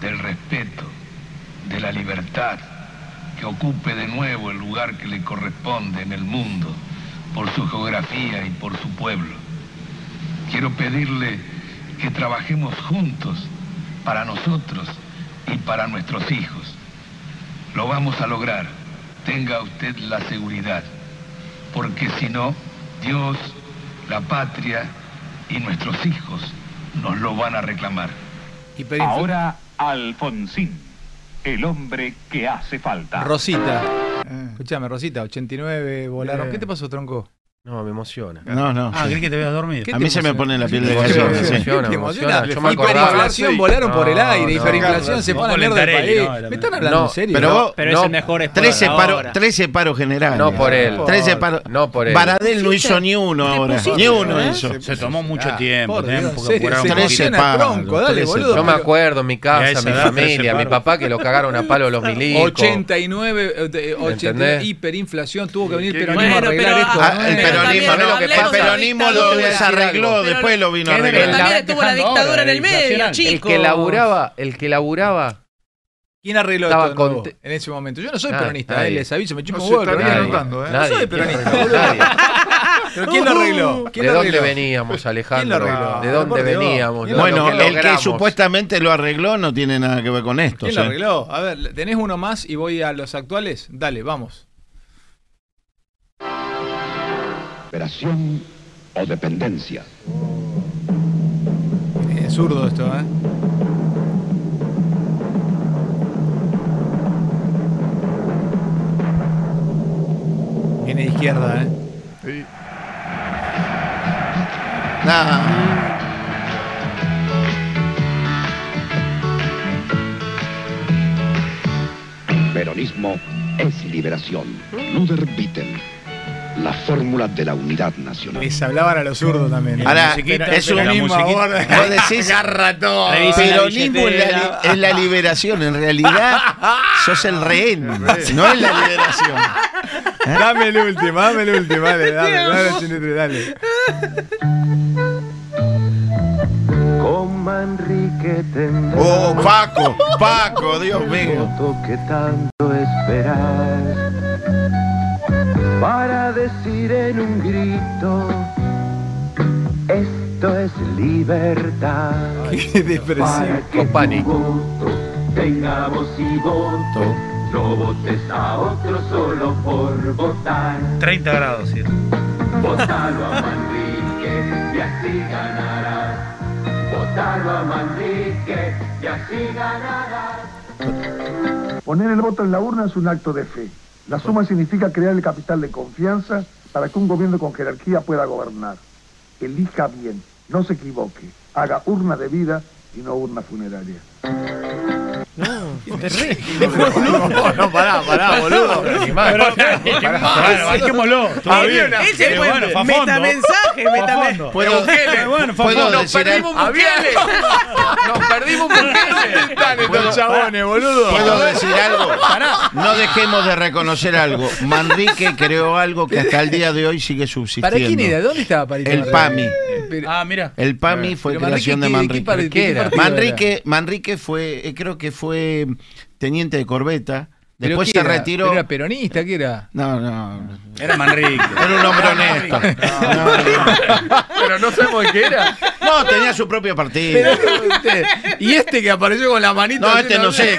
del respeto, de la libertad, que ocupe de nuevo el lugar que le corresponde en el mundo por su geografía y por su pueblo. Quiero pedirle que trabajemos juntos para nosotros y para nuestros hijos. Lo vamos a lograr, tenga usted la seguridad, porque si no, Dios, la patria y nuestros hijos nos lo van a reclamar.
Ahora Alfonsín, el hombre que hace
Ah.
falta.
Rosita.
Eh.
Escuchame, Rosita, 89 volaron.
Bien.
¿Qué te pasó, tronco?
Eh. No, me emociona.
No, no.
Ah, creí que te habías dormido.
A mí se me pone la piel de gallina.
emociona?
sí.
¿Te emociona?
¿Te emociona?
Yo me acordaba.
Hiperinflación, volaron por el
No,
aire.
no.
Hiperinflación, se
Vos
pone a
con el
mierda del
Tarelli,
país.
no, la
¿Me están
verdad.
hablando
No,
en serio?
Pero,
No,
vos,
pero es el mejor
jugador
13
ahora.
paros, 13 paros generales.
No por él.
13 paros.
No por él.
Baradel no
Pusiste-
hizo ni uno
te
ahora.
pusiste,
Ni uno
¿eh?
hizo.
Se tomó mucho
Ah,
tiempo,
por Dios,
tiempo
en
que
serio, se
apuraron un
le
poquito.
Trece
llena el
palos,
bronco, dale,
trece
boludo.
Yo me
pero-
acuerdo, mi
Y a
casa,
esa
mi
edad, trece
familia, mi
palos.
papá que lo cagaron a palo los milicos.
89, eh, de- 89,
¿Entendés?
hiperinflación, tuvo que venir el
¿Qué-
peronismo
Bueno,
a arreglar
pero-
esto.
Ah,
¿no? Eh,
el peronismo,
también
no, que
hablemos
el
de la
peronismo lo
dictadura.
desarregló,
Pero-
después lo vino a
Pero
Pero
arreglar.
también estuvo la
dejando ahora
dictadura en el
el
medio,
Nacional.
El
chicos.
que laburaba, el que laburaba.
¿Quién arregló
Estaba
esto de nuevo
conte-
en ese momento? Yo no soy
Nadie,
peronista, eh,
nadie.
les aviso, me chupo
No
un
se
huevo.
está
el
bien
peronismo.
anotando, ¿eh?
nadie,
No soy
¿quién
peronista,
arregló?
boludo.
Nadie.
¿Pero quién lo arregló? ¿Quién
¿De
lo
dónde
arregló?
veníamos, Alejandro?
arregló? Ah,
¿De dónde
Por Dios.
veníamos?
¿Quién
¿De
lo
Bueno,
dónde
arregló?
el que
logramos?
supuestamente lo arregló no tiene nada que ver con esto. ¿eh?
¿Quién lo
o sea.
arregló? A ver, ¿tenés uno más y voy a los actuales? Dale, vamos.
Operación o dependencia.
Eh, zurdo esto, ¿eh? Viene de izquierda, ¿eh?
Sí.
Nah.
Peronismo es liberación. Luder Bitten. La fórmula de la unidad nacional.
Les hablaban a los zurdos también. ¿eh?
Ahora,
musiquita,
es un
la
mismo
musiquita.
ahora. Vos decís,
Revisen la
peronismo es la,
billetera.
li- es la liberación. En realidad, sos el rehén. No es la liberación.
Dame el último, dame el último, dale, dame, dame, Chinetre, dale.
Coma Enrique
Oh, Paco, Paco, Dios mío.
que tanto esperar para decir en un grito esto es libertad
Qué depresivo.
Con pánico.
voto tenga voz y voto no votes a otro solo por votar
30 grados, sí.
votalo a Manrique y así ganarás votalo a Manrique y así ganarás
Poner el voto en la urna es un acto de fe. La suma significa crear el capital de confianza para que un gobierno con jerarquía pueda gobernar. Elija bien, no se equivoque, haga urna de vida y no urna funeraria.
No, no, pará, pará, boludo.
Este
Bueno, bajémoslo.
Él- Él se fue. Metamensaje, metamensaje.
¿Puedo,
Bueno, fue a
puedo
fondo.
Nos
decir
perdimos
algo?
mujeres. Nos perdimos mujeres.
Estos chabones, boludo.
¿Puedo decir algo? No dejemos de reconocer algo. Manrique creó algo que hasta el día de hoy sigue subsistiendo.
¿Para quién era? ¿Dónde estaba Parito?
El
Barrio?
PAMI.
Pero-
Ah, mira.
El PAMI fue
pero Manrique,
creación
¿qué-
de
de qué
Manrique.
par- de
¿Qué era?
partido
Manrique, Manrique fue, eh, creo que fue teniente de corbeta.
¿Pero
Después
qué
se
era?
retiró.
¿Pero ¿Era peronista? ¿Qué era?
No, no.
Era Manrique.
Era un hombre honesto. No, no.
Pero no sabemos de qué era.
No, tenía su propio partido.
y este que apareció con la manita.
No, este no sé.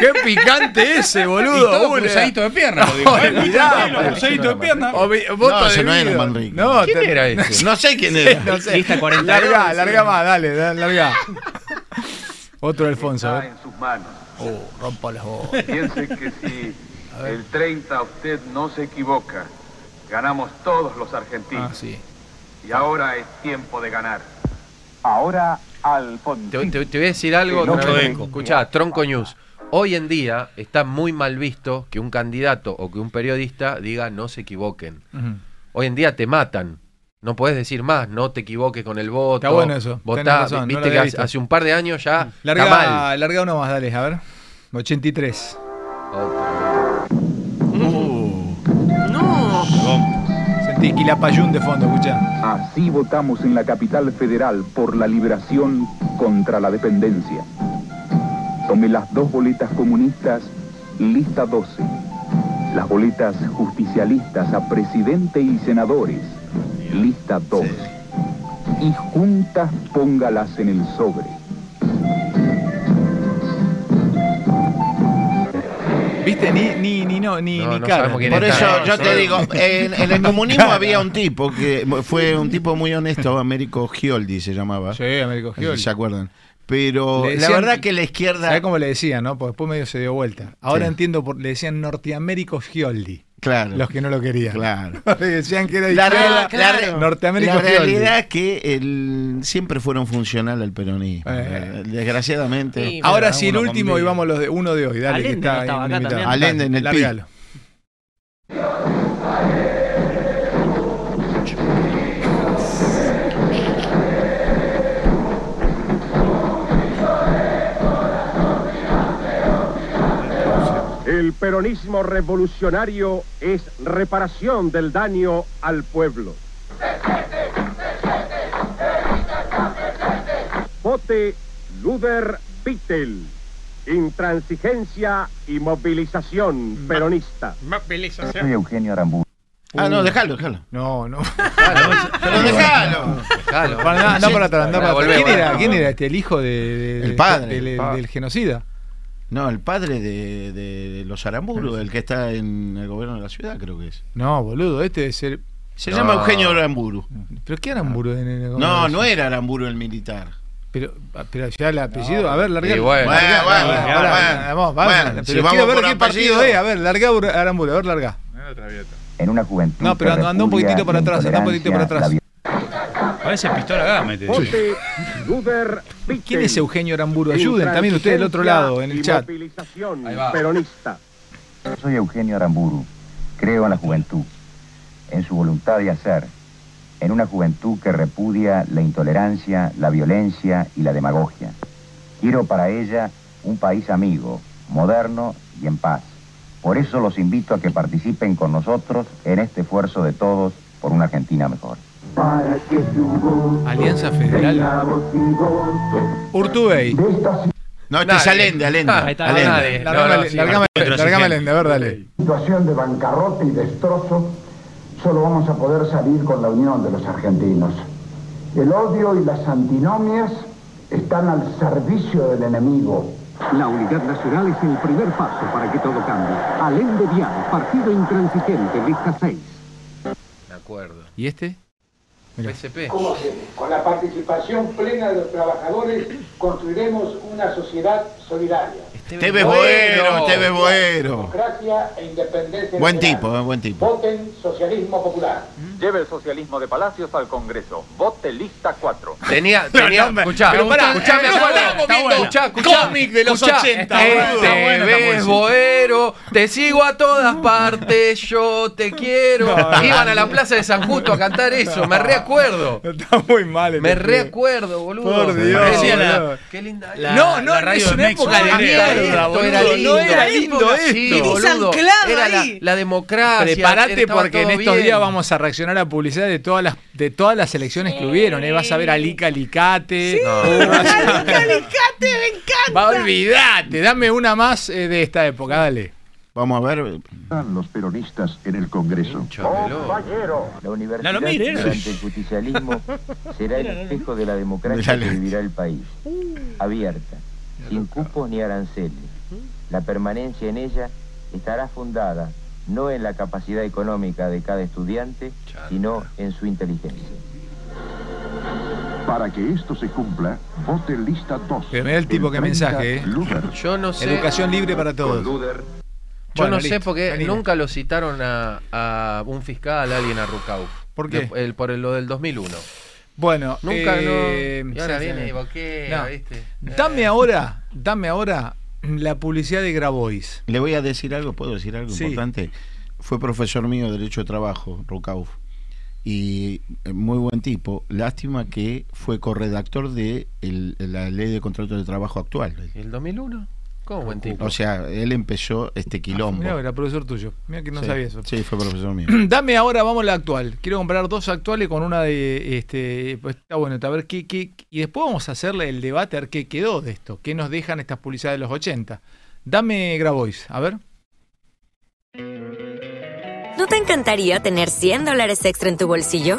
Qué picante ese,
Y
boludo.
todo
Una-
pulsadito de pierna, lo digo.
No,
Eh,
olvidá,
mucho pelo,
pero-
pulsadito de pierna.
O vi- bota
No,
de
ese no era
vidrio.
Manrique.
No,
¿Quién
te-
era ese?
No sé quién era.
No sé.
Lista 42,
Larga,
sí.
larga más, dale, da- larga. Otro Alfonso. a
está
ver.
en sus manos
Uh,
Oh, rompa las bolas.
Piense que si el 30 usted no se equivoca, ganamos todos los argentinos.
Ah, sí.
Y ahora es tiempo de ganar. Ahora Alfonso.
Te, te- te voy a decir algo.
Sí, mucho eco.
Escuchá, Tronco News. Hoy en día está muy mal visto que un candidato o que un periodista diga no se equivoquen.
Ujú.
Hoy en día te matan. No puedes decir más, no te equivoques con el voto.
Está bueno eso,
Votá.
tenés razón, no lo
Viste
había
que hace,
visto.
hace un par de años ya está mal.
Larga, larga uno más, dale, a ver. 83.
Uh.
No.
Sentí Quilapayún de fondo, escuchá.
Así votamos en la capital federal por la liberación contra la dependencia. Tomé las dos boletas comunistas
Lista 12. Las boletas justicialistas a presidente y senadores. Lista 12. Y juntas póngalas en el sobre.
Viste, ni, ni, ni, no, ni, ni cara.
Por eso yo te digo, en, en el comunismo había un tipo que fue un tipo muy honesto, Américo Gioldi se llamaba.
Sí, Américo
No sé si
Gioldi.
¿Se acuerdan? Pero
Le
la
decían-
verdad que la izquierda.
¿Sabés cómo le decían, no? Porque después medio se dio vuelta. Ahora
Sí.
entiendo, por, le decían Norteamérico Gioldi.
Claro.
Los que no lo querían.
Claro.
Le decían que era
La,
izquierda,
real- la re-
Norteamérico
la
Gioldi.
realidad es que el- siempre fueron funcional al peronismo.
Eh.
Desgraciadamente.
Ahora sí, el último y
iba
vamos los de uno de hoy. Dale,
Allende
que está
no estaba acá
inimitable.
también. Allende en el
Dale,
PIB.
largalo.
El peronismo revolucionario es reparación del daño al pueblo. Vote Luder Vittel. Intransigencia y movilización peronista.
Soy Eugenio Aramburu.
Ah, no, déjalo, déjalo.
No, no.
Pero déjalo.
Déjalo.
Para nada, no para atrás, andá para atrás.
Volvemos.
¿Quién era? ¿Quién era este? ¿El hijo de, de-
El padre, Ah.
del-
el padre.
del genocida?
No, el padre de, de los Aramburu, el que está en el gobierno de la ciudad, creo que es.
No, boludo, este es el.
Se llama Eugenio Aramburu. Ah.
¿Pero qué Aramburu? en el-
No, no era Aramburu el militar.
Pero, ah, pero ya el apellido, a ver, larga.
Y bueno. Bueno, bueno, bueno.
vamos, vamos.
Bueno,
pero
si
quiero
vamos
ver
por
qué partido
apellido.
es, a ver, larga Ur- Aramburu, a ver, larga.
En una juventud.
No, pero
que
anda- anda un
repudia
poquitito para atrás, anda un poquitito para
intolerancia,
atrás.
Parece pistola Gámez. te digo.
Vote Luder Vittel.
¿Quién es Eugenio Aramburu? Ayuden también ustedes del otro lado, en el
Intransigencia
chat.
y Movilización
Ahí va.
peronista.
Soy Eugenio Aramburu. Creo en la juventud, en su voluntad de hacer, en una juventud que repudia la intolerancia, la violencia y la demagogia. Quiero para ella un país amigo, moderno y en paz. Por eso los invito a que participen con nosotros en este esfuerzo de todos por una Argentina mejor.
Alianza Federal. Urtubey.
No, este es Allende, Allende.
Ah, ahí está,
Allende.
dale. Largame,
No, no, sí,
largame,
Alejandro,
largame
sí,
Allende, a ver, dale.
situación de bancarrota y destrozo, solo vamos a poder salir con la unión de los argentinos. El odio y las antinomias están al servicio del enemigo.
La unidad nacional es el primer paso para que todo cambie. Alén de Vial, partido intransigente, lista 6.
Me acuerdo.
¿Y este?
PSP.
¿Cómo hacemos? Con la participación plena de los trabajadores construiremos una sociedad solidaria.
Este
Este
Tevez Boero, Tevez Boero.
Democracia e independencia.
Buen
nacional.
tipo, eh, buen tipo.
Voten socialismo popular.
¿Mm?
Lleve el socialismo de Palacios al Congreso. Vote lista 4.
Tenía, tenía, escuchá,
pero pará,
escuchá,
eh,
me
no
acuerdo,
estamos
está
viendo
bueno, escuchá,
cómic de los
escuchá,
80,
eh,
boludo. Está
te
bueno, está
ves,
bueno.
boero, te sigo a todas partes, yo te quiero.
No, no.
Iban a la plaza de San Justo a cantar eso, me recuerdo.
Está muy mal. este
Me
pibe.
recuerdo, boludo.
Por Dios.
Parecía la-
boludo.
Qué linda.
La- No, no, la radio es una de época México. de mierda, boludo. No era lindo esto.
Sí,
Tenés
boludo.
anclado
Era la,
ahí.
la democracia.
Prepárate
estaba
porque en
todo
estos
bien.
días vamos a reaccionar a publicidad de todas las de todas las elecciones que hubieron. Ahí vas a ver a Lica Alicate.
¡Calicate, me encanta!
Va, olvidate, dame una más eh, de esta época, dale.
Vamos a ver.
Están los peronistas en el Congreso.
La universidad
No lo mire, eso.
durante el justicialismo será el espejo de la democracia
Miralo.
que vivirá el país. Abierta, sin cupos ni aranceles. La permanencia en ella estará fundada no en la capacidad económica de cada estudiante, sino en su inteligencia.
Para que esto se cumpla, vote lista 2.
Pero mirá el tipo que mensaje, eh.
Yo no sé.
Educación libre para todos.
Yo
Bueno,
no sé
listo,
por qué
Janina.
nunca lo citaron a, a un fiscal, a alguien a Rucauf.
¿Por qué?
De- el- por el- lo del 2001.
Bueno,
Nunca
eh,
no. Y
sí,
ahora
sí,
viene
sí.
y boquea,
No.
¿viste?
Dame ahora, dame ahora la publicidad de Grabois.
Le voy a decir algo, ¿puedo decir algo
Sí.
importante? Fue profesor mío de Derecho de Trabajo, Rucauf. Y eh, muy buen tipo. Lástima que fue corredactor de el- la ley de contrato de trabajo actual.
¿El 2001? ¿Cómo buen tipo?
O sea, él empezó este quilombo.
Mira, era profesor tuyo. Mira Ah, que no
sí,
sabía eso.
Sí, fue profesor mío.
Dame ahora, vamos a la actual. Quiero comprar dos actuales con una de este. Pues está bueno, a ver qué, qué- Y después vamos a hacerle el debate a ver qué quedó de esto. ¿Qué nos dejan estas publicidades de los 80? Dame Grabois, a ver.
¿No te encantaría tener 100 dólares extra en tu bolsillo?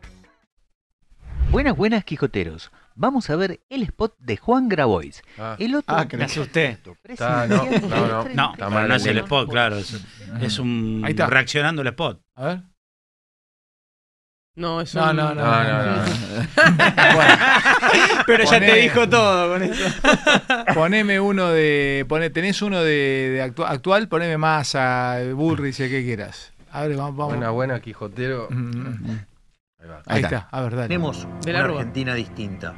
Buenas, buenas, Quijoteros. Vamos a ver el spot de Juan Grabois.
Ah.
El otro
Ah, creí que- Está, no,
presidencial
no, no.
del
No,
30.
pero no es el spot, claro. Es, es un
Ahí está.
reaccionando el spot.
A ver.
No, eso
No, no, no.
Pero ya te dijo todo con eso.
Poneme uno de. pone- tenés uno de, de actu- actual, poneme más a Bullrich, el que quieras. A ver, vamos. vamos. Mm,
Buena, buena, Quijotero. Ahí va.
Ahí está, a ver, dale.
Tenemos
De la
una
Rúa.
Argentina distinta.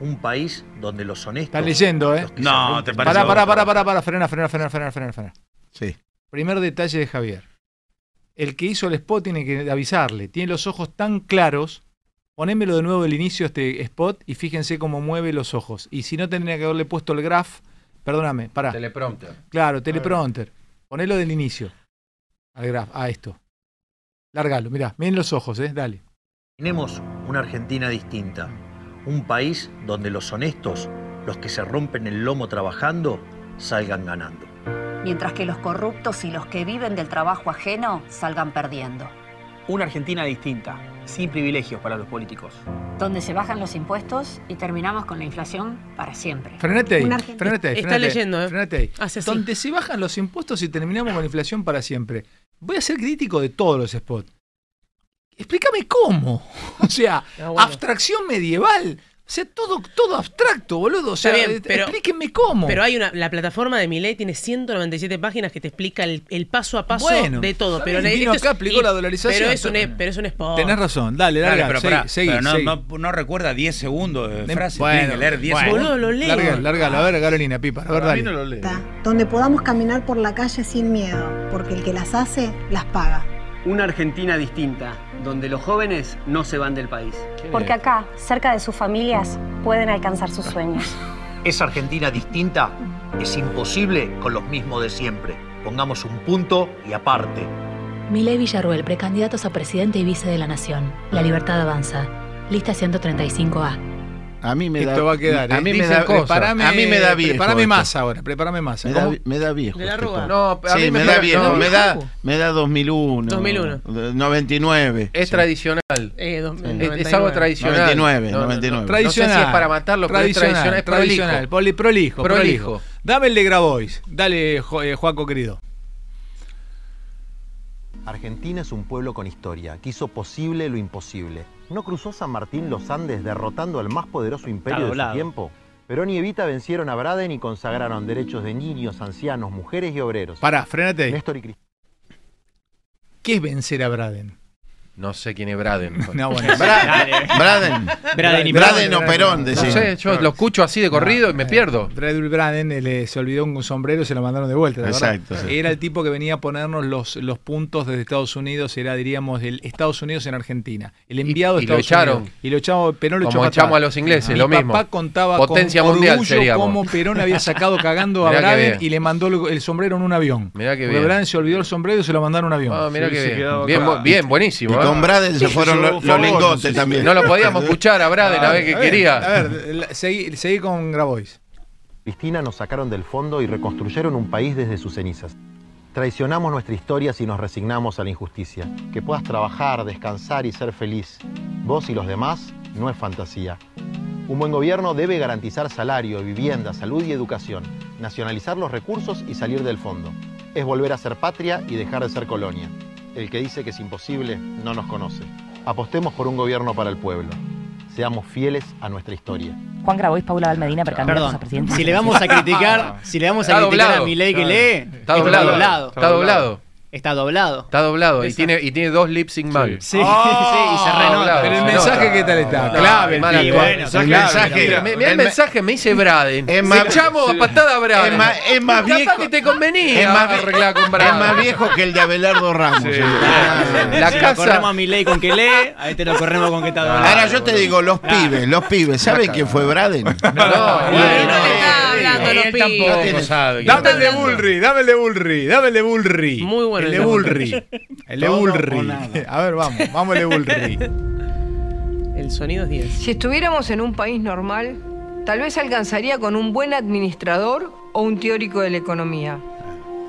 Un país donde los honestos.
Está leyendo, ¿eh?
los que se rompen-
Pará, pará, pará, pará, pará, frena, frena, frena, frena, frena, frena.
Sí.
Primer detalle de Javier. El que hizo el spot tiene que avisarle. Tiene los ojos tan claros. Ponémelo de nuevo el inicio este spot y fíjense cómo mueve los ojos. Y si no tendría que haberle puesto el graph, perdóname, pará.
Teleprompter.
Claro, teleprompter. Ponelo del inicio. Al graph, a esto. Lárgalo, mirá, miren los ojos, eh, dale.
Tenemos una Argentina distinta. Un país donde los honestos, los que se rompen el lomo trabajando, salgan ganando.
mientras que los corruptos y los que viven del trabajo ajeno salgan perdiendo.
Una Argentina distinta, sin privilegios para los políticos.
Donde se bajan los impuestos y terminamos con la inflación para siempre.
Frenate ahí,
Una Argentina-
frenate ahí.
Está
frenate ahí,
leyendo,
¿eh?
frenate ahí.
Hace así.
Donde se bajan los impuestos y terminamos con inflación para siempre. Voy a ser crítico de todos los spots. Explícame cómo. O sea, abstracción medieval. O sea, todo, todo abstracto, boludo. O sea,
Está bien,
eh,
pero-
explíquenme cómo.
Pero hay una, la plataforma de Milei tiene 197 páginas que te explica el, el paso a paso
Bueno,
de todo.
está
Pero
bien,
le-
vino
esto es-
acá, aplicó
y-
la dolarización.
Pero es un, e- pero es un spot.
Tenés razón, dale, dale.
Claro, pero, pará, pero no,
seguí.
No, no recuerda 10 segundos de
Bueno,
frase. Tiene que leer 10
bueno.
segundos.
Lárgalo, lárgalo. A ver, Carolina, pipa. A ver,
Para mí
dale.
no
donde podamos caminar por la calle sin miedo, porque el que las hace, las paga.
Una Argentina distinta, donde los jóvenes no se van del país.
Porque acá, cerca de sus familias, pueden alcanzar sus sueños.
Esa Argentina distinta es imposible con los mismos de siempre. Pongamos un punto y aparte.
Milei Villarruel, precandidatos a presidente y vice de la Nación. La libertad avanza. Lista 135A.
A mí me da.
Esto va a quedar.
A
eh.
mí, me
Dicen
da,
cosas.
preparame- a mí me da viejo.
Preparame
esto.
más ahora, preparame más.
Me da,
¿Cómo?
vi- me da viejo.
De la
este
Rúa.
tipo.
No, a
Sí,
mí
me,
me
da
queda-
viejo.
no,
me,
viejo.
da, me da 2001.
2001.
99.
Es
Sí.
tradicional.
Eh, dos-
Es- Es,
99.
algo tradicional.
99,
No, no, no.
99.
No sé si es para matarlo, pero es tradicional. Es prolijo.
tradicional. Poli- prolijo, prolijo.
Prolijo.
Dame el de Grabois. Dale, Jo- eh, Joaco querido.
Argentina es un pueblo con historia, que hizo posible lo imposible. ¿No cruzó San Martín los Andes derrotando al más poderoso imperio de su
doblado.
tiempo? Perón y Evita vencieron a Braden y consagraron derechos de niños, ancianos, mujeres y obreros.
Pará, frenate ahí.
Néstor y Cristina.
¿Qué es vencer a Braden?
No sé quién es Braden.
No, bueno.
Bra-
Braden.
Braden y
Braden
Perón.
o Perón,
No
decía.
sé, yo lo escucho así de corrido y me pierdo.
Bradley Braden eh, le- se olvidó un sombrero y se lo mandaron de vuelta. ¿te acordás?
Exacto, sí.
Era el tipo que venía a ponernos los, los puntos desde Estados Unidos, era, diríamos, el Estados Unidos en Argentina. El enviado de
y lo
Estados
echaron.
Unidos. Y lo echaron. Perón lo
Como
echó para
echamos
atrás.
a los ingleses,
Mi
lo mismo.
papá contaba
Potencia
con
mundial
orgullo
seríamos.
cómo Perón había sacado cagando a
Mirá qué
Braden
bien.
y le mandó el, el sombrero en un avión.
Mirá que
Porque
bien.
Braden se olvidó el sombrero y se lo mandaron en un avión.
Ah, mirá
Sí,
que
se quedaba
bien. Bien,
acá.
bu- bien, buenísimo.
Y con
¿eh?
Braden se fueron lo- los
por favor,
lingotes
no sé si-
también.
No lo podíamos escuchar a Braden a ver
A
qué
ver,
quería.
A ver, la- seguí, seguí con Grabois.
Cristina nos sacaron del fondo y reconstruyeron un país desde sus cenizas. Traicionamos nuestra historia si nos resignamos a la injusticia. Que puedas trabajar, descansar y ser feliz, vos y los demás, no es fantasía. Un buen gobierno debe garantizar salario, vivienda, salud y educación, nacionalizar los recursos y salir del fondo. Es volver a ser patria y dejar de ser colonia. El que dice que es imposible no nos conoce. Apostemos por un gobierno para el pueblo. Seamos fieles a nuestra historia.
Juan Grabois, Paula Valmedina, precandidatos
Perdón,
a presidente.
si le vamos a criticar, si le vamos a
Está
criticar
doblado.
a mi ley que
Claro.
lee,
Está doblado. Está doblado.
Está doblado.
Está doblado y
Esa.
tiene, y tiene dos lip sync mal. Ah,
Sí, sí, y se renota.
Pero el mensaje, ¿qué tal está? Clave el
mala
tipo.
cosa.
Bueno,
el
clave,
mensaje.
mira.
Mirá el
El me-
mensaje, me dice Braden.
Es
Es
más-
echamos
sí.
a patada a Braden.
Es más- es más
Capaz
viejo-
que te convenía
es más vie-
arreglar con
Es
Braden.
más viejo que el de Abelardo Ramos.
Sí.
el-
La
Si lo
casa- Ah,
corremos a mi ley con que lee, ahí te lo corremos con que está doblado.
Ahora yo te digo, los pibes, los pibes, ¿saben quién fue Braden?
eh,
hablando los
él
pibes.
tampoco sabe.
Ah, Dame el de Bullry, dame el de Bullry, dame el de Bullry.
Muy bueno
El
el
de
de
Bullry. El de
Todo o
Bullry.
nada.
A ver, vamos, vamos el de Bullry.
El sonido es 10.
Si estuviéramos en un país normal, tal vez alcanzaría con un buen administrador o un teórico de la economía.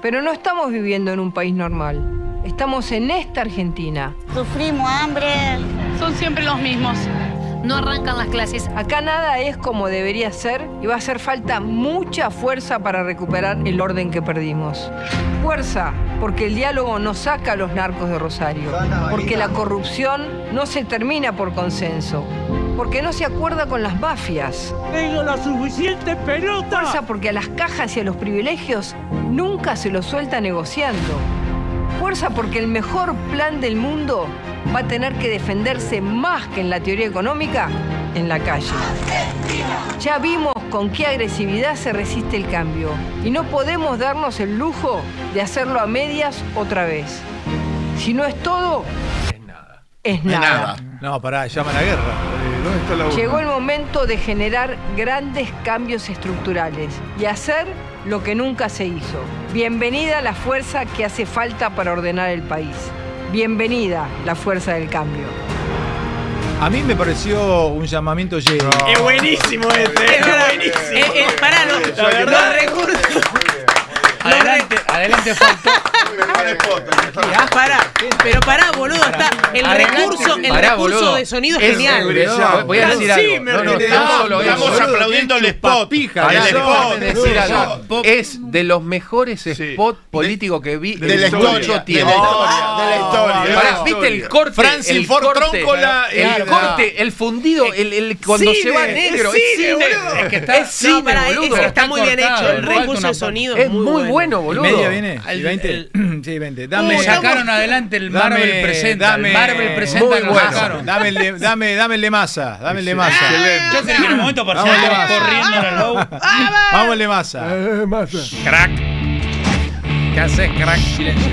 Pero no estamos viviendo en un país normal. Estamos en esta Argentina.
Sufrimos hambre. Son siempre los mismos. No arrancan las clases.
Acá nada es como debería ser y va a hacer falta mucha fuerza para recuperar el orden que perdimos. Fuerza, porque el diálogo no saca a los narcos de Rosario, porque la corrupción no se termina por consenso, porque no se acuerda con las mafias. Tengo la suficiente pelota. Fuerza porque a las cajas y a los privilegios nunca se los suelta negociando. Fuerza porque el mejor plan del mundo va a tener que defenderse más que en la teoría económica en la calle. Ya vimos con qué agresividad se resiste el cambio y no podemos darnos el lujo de hacerlo a medias otra vez. Si no es todo, es nada.
No, pará, llama a la guerra. Eh, ¿Dónde está la urna?
Llegó el momento de generar grandes cambios estructurales y hacer lo que nunca se hizo. Bienvenida la fuerza que hace falta para ordenar el país. Bienvenida la fuerza del cambio.
A mí me pareció un llamamiento lleno.
Es
buenísimo este, es buenísimo.
Eh, pará, lo,
La verdad.
lo recurso-
Adelante, adelante faltó.
Ah, pará, pero pará, boludo, está el
Adelante.
recurso, el
Pará,
recurso
boludo.
de sonido es
Es
genial.
brillante. Voy a decir
Hans
algo.
Zimmer
No, no,
tiene-
no solo eso.
Estamos
Boludo,
aplaudiendo el spot.
Pija,
el spot.
déjame decir algo. Es de los mejores spots políticos que vi
de la
en
historia,
mucho
de la
tiempo.
historia, de la historia, de la
Pará,
historia.
¿Viste el corte?
Francis
el
Ford
corte,
Tróncola,
El
claro.
corte, el fundido, el, el- cuando se va negro. Es cine.
Es que está,
Es cine,
no, pará,
boludo.
es- Está muy bien hecho. El
Falta
recurso
una
de
parte.
sonido
es muy bueno, boludo.
¿Media viene?
Al-
Sí, 20. Sí, 20.
Me
Dame,
sacaron adelante el Marvel Presenta, el Marvel Presenta
muy
nos
bueno.
sacaron.
Dame el de, dame, dame el de masa. Dame el de masa.
Yo creí que en el momento
Vamos
parcial
el de
estaba
masa.
corriendo en el low.
Vamos el de masa.
Crack. ¿Qué haces, crack? Silencio.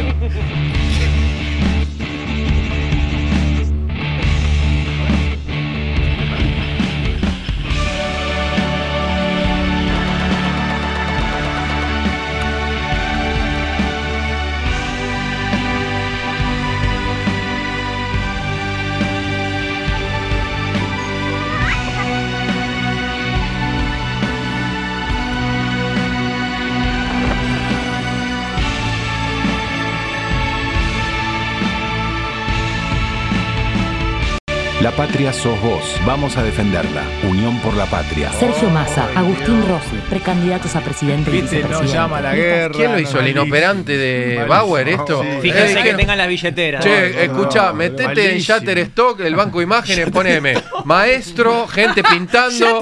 La patria sos vos. Vamos a defenderla. Unión por la patria.
Sergio Massa, Agustín Rossi, precandidatos a presidente y vicepresidente.
¿Quién lo hizo? ¿El inoperante de Bauer esto? Eh,
Fíjense que
dijeron,
tengan las billeteras.
Che, escuchá, metete en Shutterstock, el banco de imágenes, poneme maestro, gente pintando,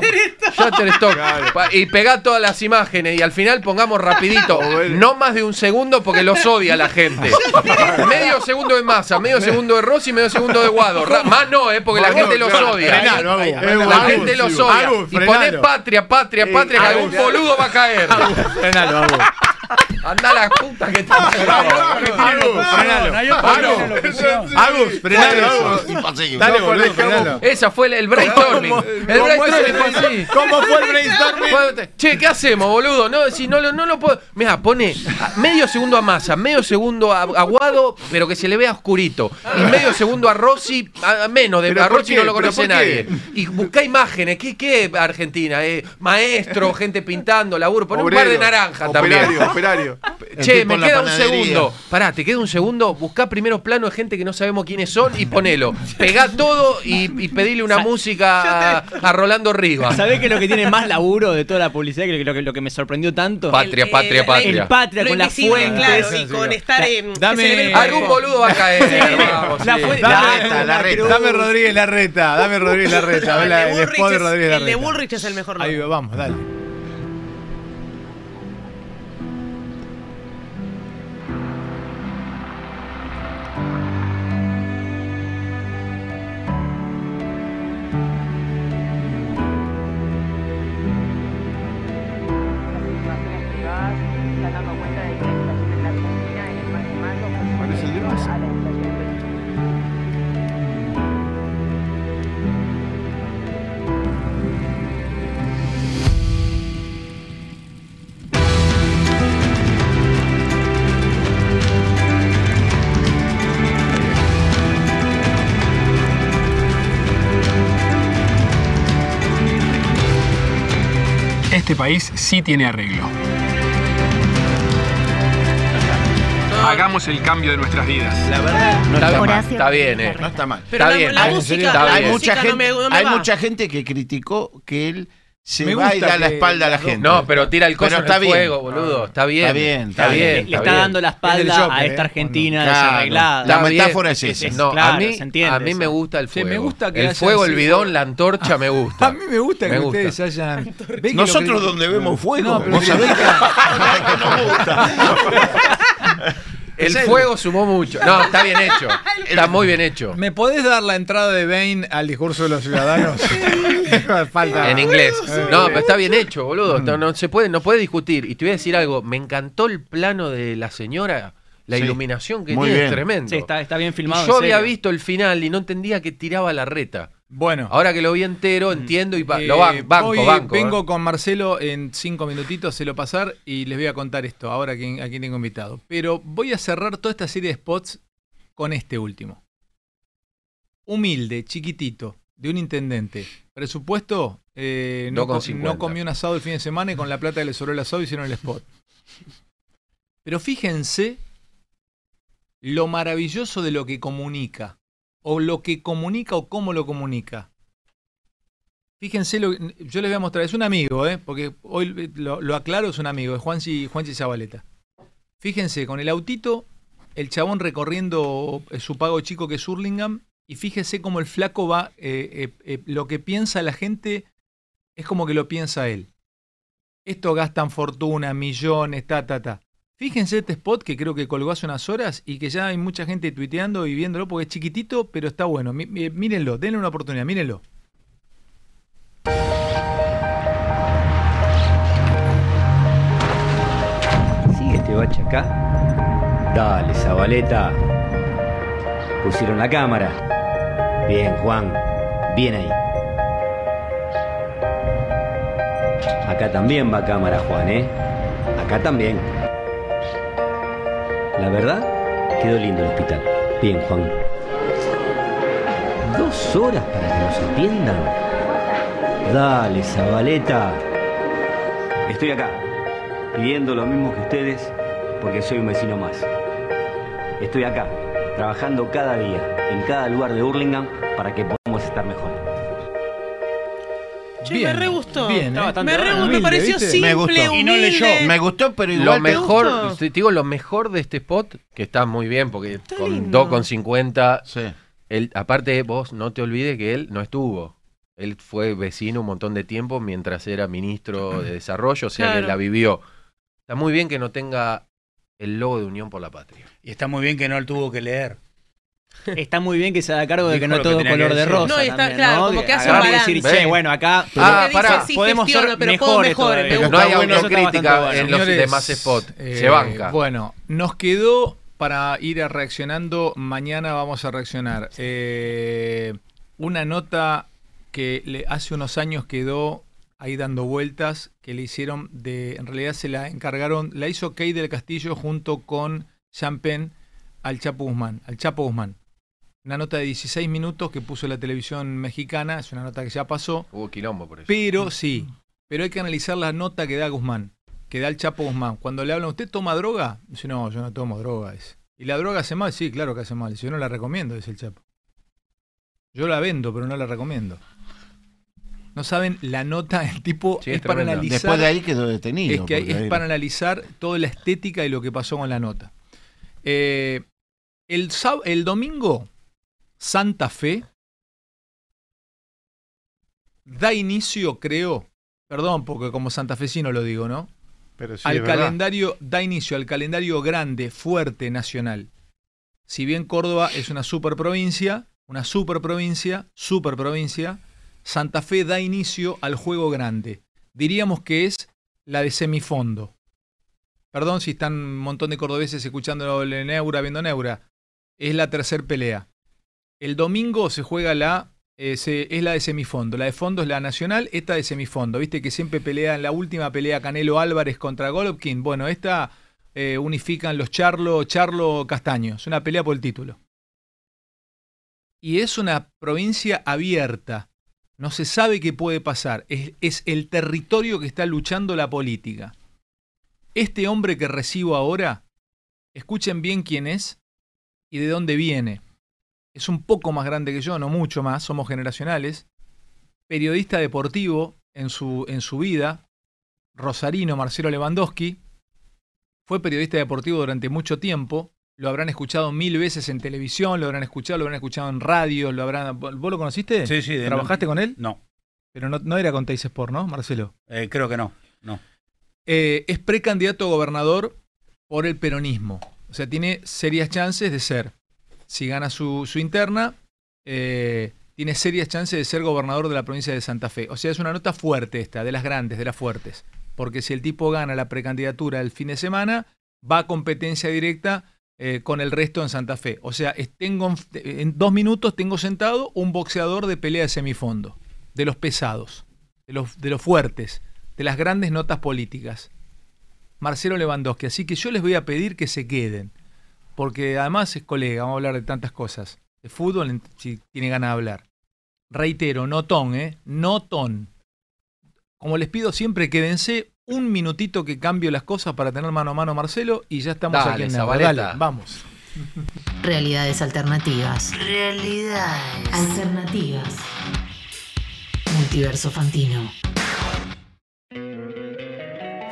Shutterstock, Pa- y pegá todas las imágenes y al final pongamos rapidito, no más de un segundo porque los odia la gente. medio segundo de Massa, medio segundo de Rossi, medio segundo de Guado. Ra- Más no, eh, porque la
Boludo,
gente los
claro,
odia.
frenalo, Agus, frenalo,
La
Agus,
gente los
Agus,
odia.
Agus,
Y ponés
frenalo.
patria, patria,
Eh,
patria, que
Agus,
algún
ya.
boludo va a caer.
Frenalo, Agus.
Anda la puta que te
Agus, frenalo, Agus.
Dale,
No,
boludo,
dejamos-
frenalo. Esa fue el, el brainstorming. el brainstorming fue así.
¿Cómo fue el brainstorming?
Fue- Che, ¿qué hacemos, boludo? No, si no, lo- no lo puedo. Mira, pone a- medio segundo a Massa, medio segundo a Aguado, pero que se le vea oscurito. Y medio segundo a Rossi, a, a menos, de,
¿Pero
a
por
Rossi
qué?
no lo
¿Pero
conoce
por qué?
nadie. Y busca imágenes. ¿Qué, qué Argentina? Eh, maestro, gente pintando, laburo. Pon un par de
Obrero,
naranja
operario,
Ah, también.
operario. Claro. El
Che,
tipo
me
en la
queda un
panadería.
segundo. Pará, te queda un segundo. Buscá primero plano de gente que no sabemos quiénes son y ponelo. Pegá todo y, y pedile una música a, a Rolando Rivas.
¿Sabés que lo que tiene más laburo de toda la publicidad, que lo que, lo que me sorprendió tanto?
Patria, El- patria, el- patria.
El patria,
Lo
con las
invisible,
fuentes.
claro, y con estar en- que
Dame- se le ve el cuerpo.
Algún boludo va a caer. vamos,
La
sí.
fue-
Dame-
dame, dame Rodríguez Larreta, dame Rodríguez Larreta,
El
habla
de
el,
Bullrich
spot de
es-
Rodríguez
el de
Larreta.
Bullrich es el mejor.
Ahí va, vamos, dale.
Este país sí tiene arreglo. Hagamos el cambio de nuestras vidas. La verdad,
No está mal,
Horacio
está bien, eh.
Rodríguez
No está mal.
Pero
Está
la-
bien.
la
Hay-
música-
está
la
bien.
música
Hay mucha
no me-
gente-
no me
hay
va.
mucha gente que criticó que él se
Me
va y
gusta
da la
que-
espalda a la gente.
No, pero tira el coso
Pero
en
está
el
bien.
fuego, boludo. Está bien.
Está bien, está bien.
Le-
Le está dando la
El
espalda
del Joker,
a
¿eh?
esta Argentina
Claro.
desarreglada.
Está bien. No,
claro,
a mí,
se entiende
a mí
eso.
me gusta el fuego.
me gusta que
el
hayan
fuego, el
sido-
bidón, la antorcha me gusta.
A mí me gusta
Me
que
gusta.
ustedes hayan. ve que lo
Nosotros
que-
donde vemos fuego,
No, pero
vos
que-
sabés
El fuego sumó mucho. No, está bien hecho. Está muy bien hecho.
¿Me podés dar la entrada de Bain al discurso de los ciudadanos? Falta.
En inglés. No, pero está bien hecho,
Mm.
boludo. No, no se puede, no puede discutir. Y te voy a decir algo. Me encantó el plano de la señora. La
Sí.
iluminación que
Muy
tiene
bien.
es tremendo.
Sí, está- está bien filmado,
Y Yo
en
había
serio.
visto el final y no entendía que tiraba la reta.
Bueno.
Ahora que lo vi
Mm.
entero, entiendo y va- lo
Eh,
ban- banco,
voy, eh,
banco.
Vengo
¿eh?
con Marcelo en cinco minutitos, se lo pasar y les voy a contar esto ahora a quien, a quien tengo invitado. Pero voy a cerrar toda esta serie de spots con este último. Humilde, chiquitito, de un intendente. Presupuesto, eh, no,
No con
co-
50.
no comió un asado el fin de semana y con la plata que le sobró el asado hicieron el spot. Pero fíjense lo maravilloso de lo que comunica, o lo que comunica o cómo lo comunica. Fíjense, lo, yo les voy a mostrar, es un amigo, ¿eh? porque hoy lo, lo aclaro, es un amigo, es Juanchi, Juanchi Zabaleta. Fíjense, con el autito, el chabón recorriendo eh, su pago chico que es Hurlingham, y fíjese cómo el flaco va, eh, eh, eh, lo que piensa la gente es como que lo piensa él. Estos gastan fortuna, millones, ta, ta, ta. Fíjense este spot que creo que colgó hace unas horas y que ya hay mucha gente tuiteando y viéndolo porque es chiquitito, pero está bueno. Mi- mi- Mírenlo, denle una oportunidad, mírenlo.
¿Sigue este bache acá? Dale, Zabaleta. Pusieron la cámara. Bien, Juan. Bien ahí. Acá también va cámara, Juan, ¿eh? Acá también. La verdad, quedó lindo el hospital. Bien, Juan. ¿Dos horas para que nos atiendan? Dale, Zabaleta. Estoy acá pidiendo lo mismo que ustedes porque soy un vecino más. Estoy acá, trabajando cada día, en cada lugar de Hurlingham, para que podamos estar mejor.
Che,
Bien,
me re gustó.
bien, ¿eh?
me re
bueno,
gustó,
humilde,
pareció
¿viste?
simple, humilde.
gustó, pero
Lo
igual te
mejor,
gustó.
te digo, lo mejor de este spot, que está muy bien, porque con 2,50. él- Aparte, vos no te olvides que él no estuvo. Él fue vecino un montón de tiempo mientras era ministro de Desarrollo, o sea
Claro.
que la vivió. Está muy bien que no tenga el logo de Unión por la Patria.
Y está muy bien que no lo tuvo que leer.
Está muy bien que se haga cargo de que
Dijo
no
lo
todo
que tenía
color
que
de
decir.
rosa.
No, y
está-
también,
claro,
¿no?
como que hace un
agarrar y decir,
balance.
che, bueno, acá
Pero- Ah, pará.
sí
podemos
gestiono,
ser
pero puedo
mejores
mejorar,
todavía.
me
No hay autocrítica en los
Señores,
demás spots.
eh,
se banca.
Bueno, nos quedó para ir a reaccionando. Mañana vamos a reaccionar. Eh, una nota que le- hace unos años quedó ahí dando vueltas, que le hicieron de. En realidad se la encargaron, la hizo Kay del Castillo junto con Champagne al Chapo Guzmán. Al Chapo Guzmán. Una nota de 16 minutos que puso la televisión mexicana, es una nota que ya pasó.
Hubo quilombo por eso.
Pero sí, pero hay que analizar la nota que da Guzmán. que da el Chapo Guzmán, cuando le hablan, ¿usted toma droga? Dice, no, yo no tomo droga. dice. ¿Y la droga hace mal? Sí, claro que hace mal. Dice, yo no la recomiendo, dice el Chapo. Yo la vendo, pero no la recomiendo. No saben la nota, el tipo
Sí,
es,
es
para
tremendo.
analizar.
Después de ahí quedó detenido,
Es, que ahí-
porque
es
ahí-
para analizar toda la estética y lo que pasó con la nota. Eh, el, sá- el domingo, Santa Fe da inicio, creo. Perdón, porque como santafesino lo digo, ¿no?
Pero sí,
al
es verdad.
calendario, da inicio al calendario grande, fuerte, nacional. Si bien Córdoba es una super provincia, una super provincia, super provincia, Santa Fe da inicio al juego grande. Diríamos que es la de semifondo. Perdón si están un montón de cordobeses escuchando el Neura, viendo Neura. Es la tercer pelea. El domingo se juega la. eh, se- es la de semifondo. La de fondo es la nacional, esta de semifondo. Viste que siempre pelea en la última pelea Canelo Álvarez contra Golovkin. Bueno, esta eh, unifican los Charlo, Charlo Castaño. Es una pelea por el título. Y es una provincia abierta. No se sabe qué puede pasar. Es, es el territorio que está luchando la política. Este hombre que recibo ahora, escuchen bien quién es y de dónde viene es un poco más grande que yo, no mucho más, somos generacionales, periodista deportivo en su, en su vida, rosarino Marcelo Lewandowski, fue periodista deportivo durante mucho tiempo, lo habrán escuchado mil veces en televisión, lo habrán escuchado, lo habrán escuchado en radio, lo habrán... ¿Vos lo conociste?
Sí, sí, de-
¿Trabajaste con él?
No.
Pero no, no era con Teis Sport, ¿no, Marcelo?
Eh, creo que no. No.
Eh, es precandidato a gobernador por el peronismo. O sea, tiene serias chances de ser. Si gana su, su interna, eh, tiene serias chances de ser gobernador de la provincia de Santa Fe. O sea, es una nota fuerte esta, de las grandes, de las fuertes. Porque si el tipo gana la precandidatura el fin de semana, va a competencia directa eh, con el resto en Santa Fe. O sea, es- tengo, en- en dos minutos tengo sentado un boxeador de pelea de semifondo, de los pesados, de los, de los fuertes, de las grandes notas políticas. Marcelo Lewandowski. Así que yo les voy a pedir que se queden, porque además es colega, vamos a hablar de tantas cosas. De fútbol, en- si tiene ganas de hablar. Reitero, notón, ¿eh? Notón. Como les pido siempre, quédense un minutito que cambio las cosas para tener mano a mano a Marcelo y ya estamos
Dale,
aquí en Never.
Zabaleta.
Dale, vamos.
Realidades alternativas. Realidades alternativas. Multiverso Fantino.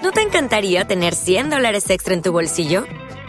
¿No te encantaría tener 100 dólares extra en tu bolsillo?